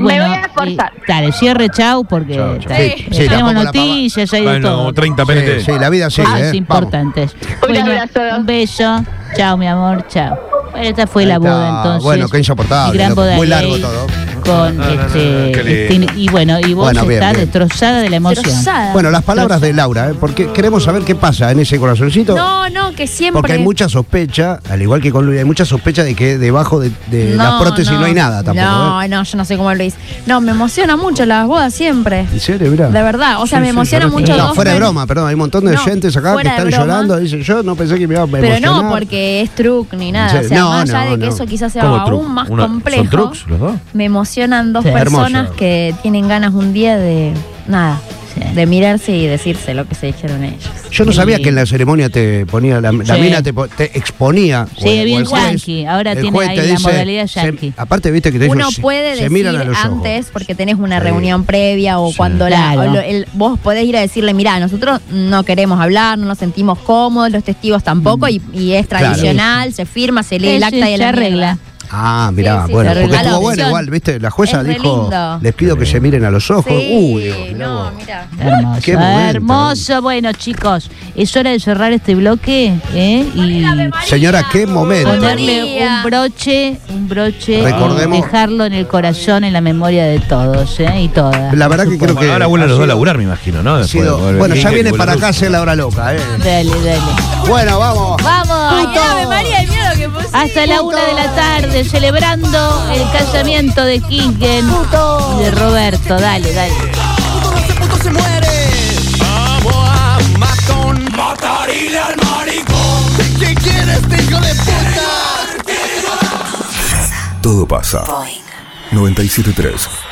[SPEAKER 4] Me
[SPEAKER 3] bueno,
[SPEAKER 4] voy a esforzar.
[SPEAKER 3] y- dale, cierre, chau, porque
[SPEAKER 10] Chau, chau.
[SPEAKER 3] dale,
[SPEAKER 2] Sí,
[SPEAKER 3] eh,
[SPEAKER 2] sí,
[SPEAKER 3] tenemos
[SPEAKER 2] tampoco la pava-
[SPEAKER 3] noticias, hay de
[SPEAKER 10] Bueno,
[SPEAKER 3] todo.
[SPEAKER 10] como 30 PNT.
[SPEAKER 2] Sí, sí, la vida sigue,
[SPEAKER 3] Cosas
[SPEAKER 2] ¿eh? Vamos.
[SPEAKER 3] importantes.
[SPEAKER 4] Un
[SPEAKER 3] Bueno,
[SPEAKER 4] abrazo.
[SPEAKER 3] un beso. Chao, mi amor, chao. Bueno, esta fue
[SPEAKER 2] Ahí
[SPEAKER 3] la boda
[SPEAKER 2] está.
[SPEAKER 3] entonces.
[SPEAKER 2] Bueno, qué insoportable,
[SPEAKER 3] Mi gran
[SPEAKER 2] loco.
[SPEAKER 3] boda
[SPEAKER 2] Muy largo
[SPEAKER 3] gay
[SPEAKER 2] todo.
[SPEAKER 3] Con este,
[SPEAKER 10] Qué
[SPEAKER 3] este- y bueno, y vos
[SPEAKER 2] Bueno, bien,
[SPEAKER 3] estás
[SPEAKER 2] bien.
[SPEAKER 3] destrozada de la emoción.
[SPEAKER 5] Destrozada.
[SPEAKER 2] Bueno, las palabras de Laura, ¿eh? porque queremos saber qué pasa en ese corazoncito.
[SPEAKER 5] No, no, que siempre.
[SPEAKER 2] Porque hay mucha sospecha, al igual que con Luis, hay mucha sospecha de que debajo de,
[SPEAKER 5] No,
[SPEAKER 2] de eh, las prótesis no. hay nada tampoco.
[SPEAKER 5] No,
[SPEAKER 2] ¿eh?
[SPEAKER 5] no, yo no sé cómo lo hice. No, me emociona mucho las bodas siempre.
[SPEAKER 2] ¿En serio? Mirá.
[SPEAKER 5] De verdad, o sea,
[SPEAKER 2] Sí,
[SPEAKER 5] me
[SPEAKER 2] sí,
[SPEAKER 5] emociona
[SPEAKER 2] parece-
[SPEAKER 5] mucho.
[SPEAKER 2] No,
[SPEAKER 5] dos
[SPEAKER 2] fuera de
[SPEAKER 5] ver-
[SPEAKER 2] broma, perdón, hay un montón de
[SPEAKER 5] No,
[SPEAKER 2] oyentes acá que
[SPEAKER 5] fuera de
[SPEAKER 2] están
[SPEAKER 5] broma.
[SPEAKER 2] llorando. Dicen, yo no pensé que me iba a
[SPEAKER 5] Pero no,
[SPEAKER 2] emocionar.
[SPEAKER 5] porque es truc ni
[SPEAKER 2] En
[SPEAKER 5] nada. O
[SPEAKER 2] serio.
[SPEAKER 5] sea,
[SPEAKER 2] No,
[SPEAKER 5] más allá
[SPEAKER 2] no,
[SPEAKER 5] de que
[SPEAKER 2] no.
[SPEAKER 5] eso quizás sea
[SPEAKER 10] ¿Cómo
[SPEAKER 5] aún
[SPEAKER 10] truc?
[SPEAKER 5] más
[SPEAKER 10] Una-
[SPEAKER 5] complejo.
[SPEAKER 10] ¿Son trucs los dos?
[SPEAKER 5] Me emocionan dos
[SPEAKER 3] Sí.
[SPEAKER 5] personas
[SPEAKER 2] Hermoso.
[SPEAKER 5] que tienen ganas un día de nada,
[SPEAKER 3] Sí.
[SPEAKER 5] de mirarse y decirse lo que se dijeron ellos.
[SPEAKER 2] Yo no
[SPEAKER 3] Sí.
[SPEAKER 2] sabía que en la ceremonia te ponía, la, la
[SPEAKER 3] Sí.
[SPEAKER 2] mina te, po- te exponía.
[SPEAKER 3] Sí, bien yankee. Ahora tiene
[SPEAKER 2] juez
[SPEAKER 3] ahí
[SPEAKER 2] te
[SPEAKER 3] la modalidad
[SPEAKER 2] se-
[SPEAKER 3] yankee.
[SPEAKER 2] aparte, viste que te
[SPEAKER 5] Uno
[SPEAKER 2] dicen, se-
[SPEAKER 5] puede
[SPEAKER 2] se
[SPEAKER 5] decir
[SPEAKER 2] miran a los ojos.
[SPEAKER 5] antes porque tenés una
[SPEAKER 2] Sí.
[SPEAKER 5] reunión previa o
[SPEAKER 2] Sí.
[SPEAKER 5] cuando la-
[SPEAKER 3] Claro.
[SPEAKER 5] o lo- el- vos podés ir a decirle, mira, nosotros no queremos hablar, no nos sentimos cómodos, los testigos tampoco y, y es
[SPEAKER 2] Mm. Claro.
[SPEAKER 5] tradicional, se firma, se lee el
[SPEAKER 3] Eso
[SPEAKER 5] acta de
[SPEAKER 3] es,
[SPEAKER 5] la
[SPEAKER 3] ya
[SPEAKER 5] regla.
[SPEAKER 3] regla.
[SPEAKER 2] Ah, mirá,
[SPEAKER 5] Sí, sí,
[SPEAKER 2] bueno,
[SPEAKER 5] se
[SPEAKER 2] porque
[SPEAKER 5] regala
[SPEAKER 2] estuvo
[SPEAKER 5] la
[SPEAKER 2] bueno
[SPEAKER 5] opción.
[SPEAKER 2] igual, viste, la jueza
[SPEAKER 5] Es re
[SPEAKER 2] dijo,
[SPEAKER 5] lindo.
[SPEAKER 2] les pido que se miren a los ojos.
[SPEAKER 5] Sí,
[SPEAKER 2] Uy, digo, mirá
[SPEAKER 5] no,
[SPEAKER 2] vos.
[SPEAKER 5] mira.
[SPEAKER 3] Hermoso,
[SPEAKER 2] Qué momento.
[SPEAKER 3] hermoso. Bueno, chicos, es hora de cerrar este bloque ¿eh? y
[SPEAKER 2] Señora, qué momento.
[SPEAKER 3] ponerle un broche, un broche,
[SPEAKER 2] Recordemos-
[SPEAKER 3] y dejarlo en el corazón, en la memoria de todos ¿eh? y todas.
[SPEAKER 2] La verdad
[SPEAKER 3] por
[SPEAKER 2] que creo
[SPEAKER 3] supuesto.
[SPEAKER 2] que
[SPEAKER 10] Bueno, ahora vuelven
[SPEAKER 2] ha
[SPEAKER 10] los dos a
[SPEAKER 2] sido-
[SPEAKER 10] laburar, me imagino, ¿no?
[SPEAKER 2] ha
[SPEAKER 10] Después
[SPEAKER 2] sido-
[SPEAKER 10] vuelve
[SPEAKER 2] bueno, ya
[SPEAKER 10] Inge,
[SPEAKER 2] viene
[SPEAKER 10] vuelve
[SPEAKER 2] para
[SPEAKER 10] Luke.
[SPEAKER 2] acá a ser la hora loca, eh.
[SPEAKER 3] Dale, dale.
[SPEAKER 2] Bueno, vamos.
[SPEAKER 3] Vamos.
[SPEAKER 5] Ay, Ave María, y mira lo que puse.
[SPEAKER 3] Hasta la una de la tarde. entonces celebrando el casamiento de Kingen y de Roberto. Dale, dale.
[SPEAKER 1] ¿Qué quieres, hijo de puta? Todo pasa. 973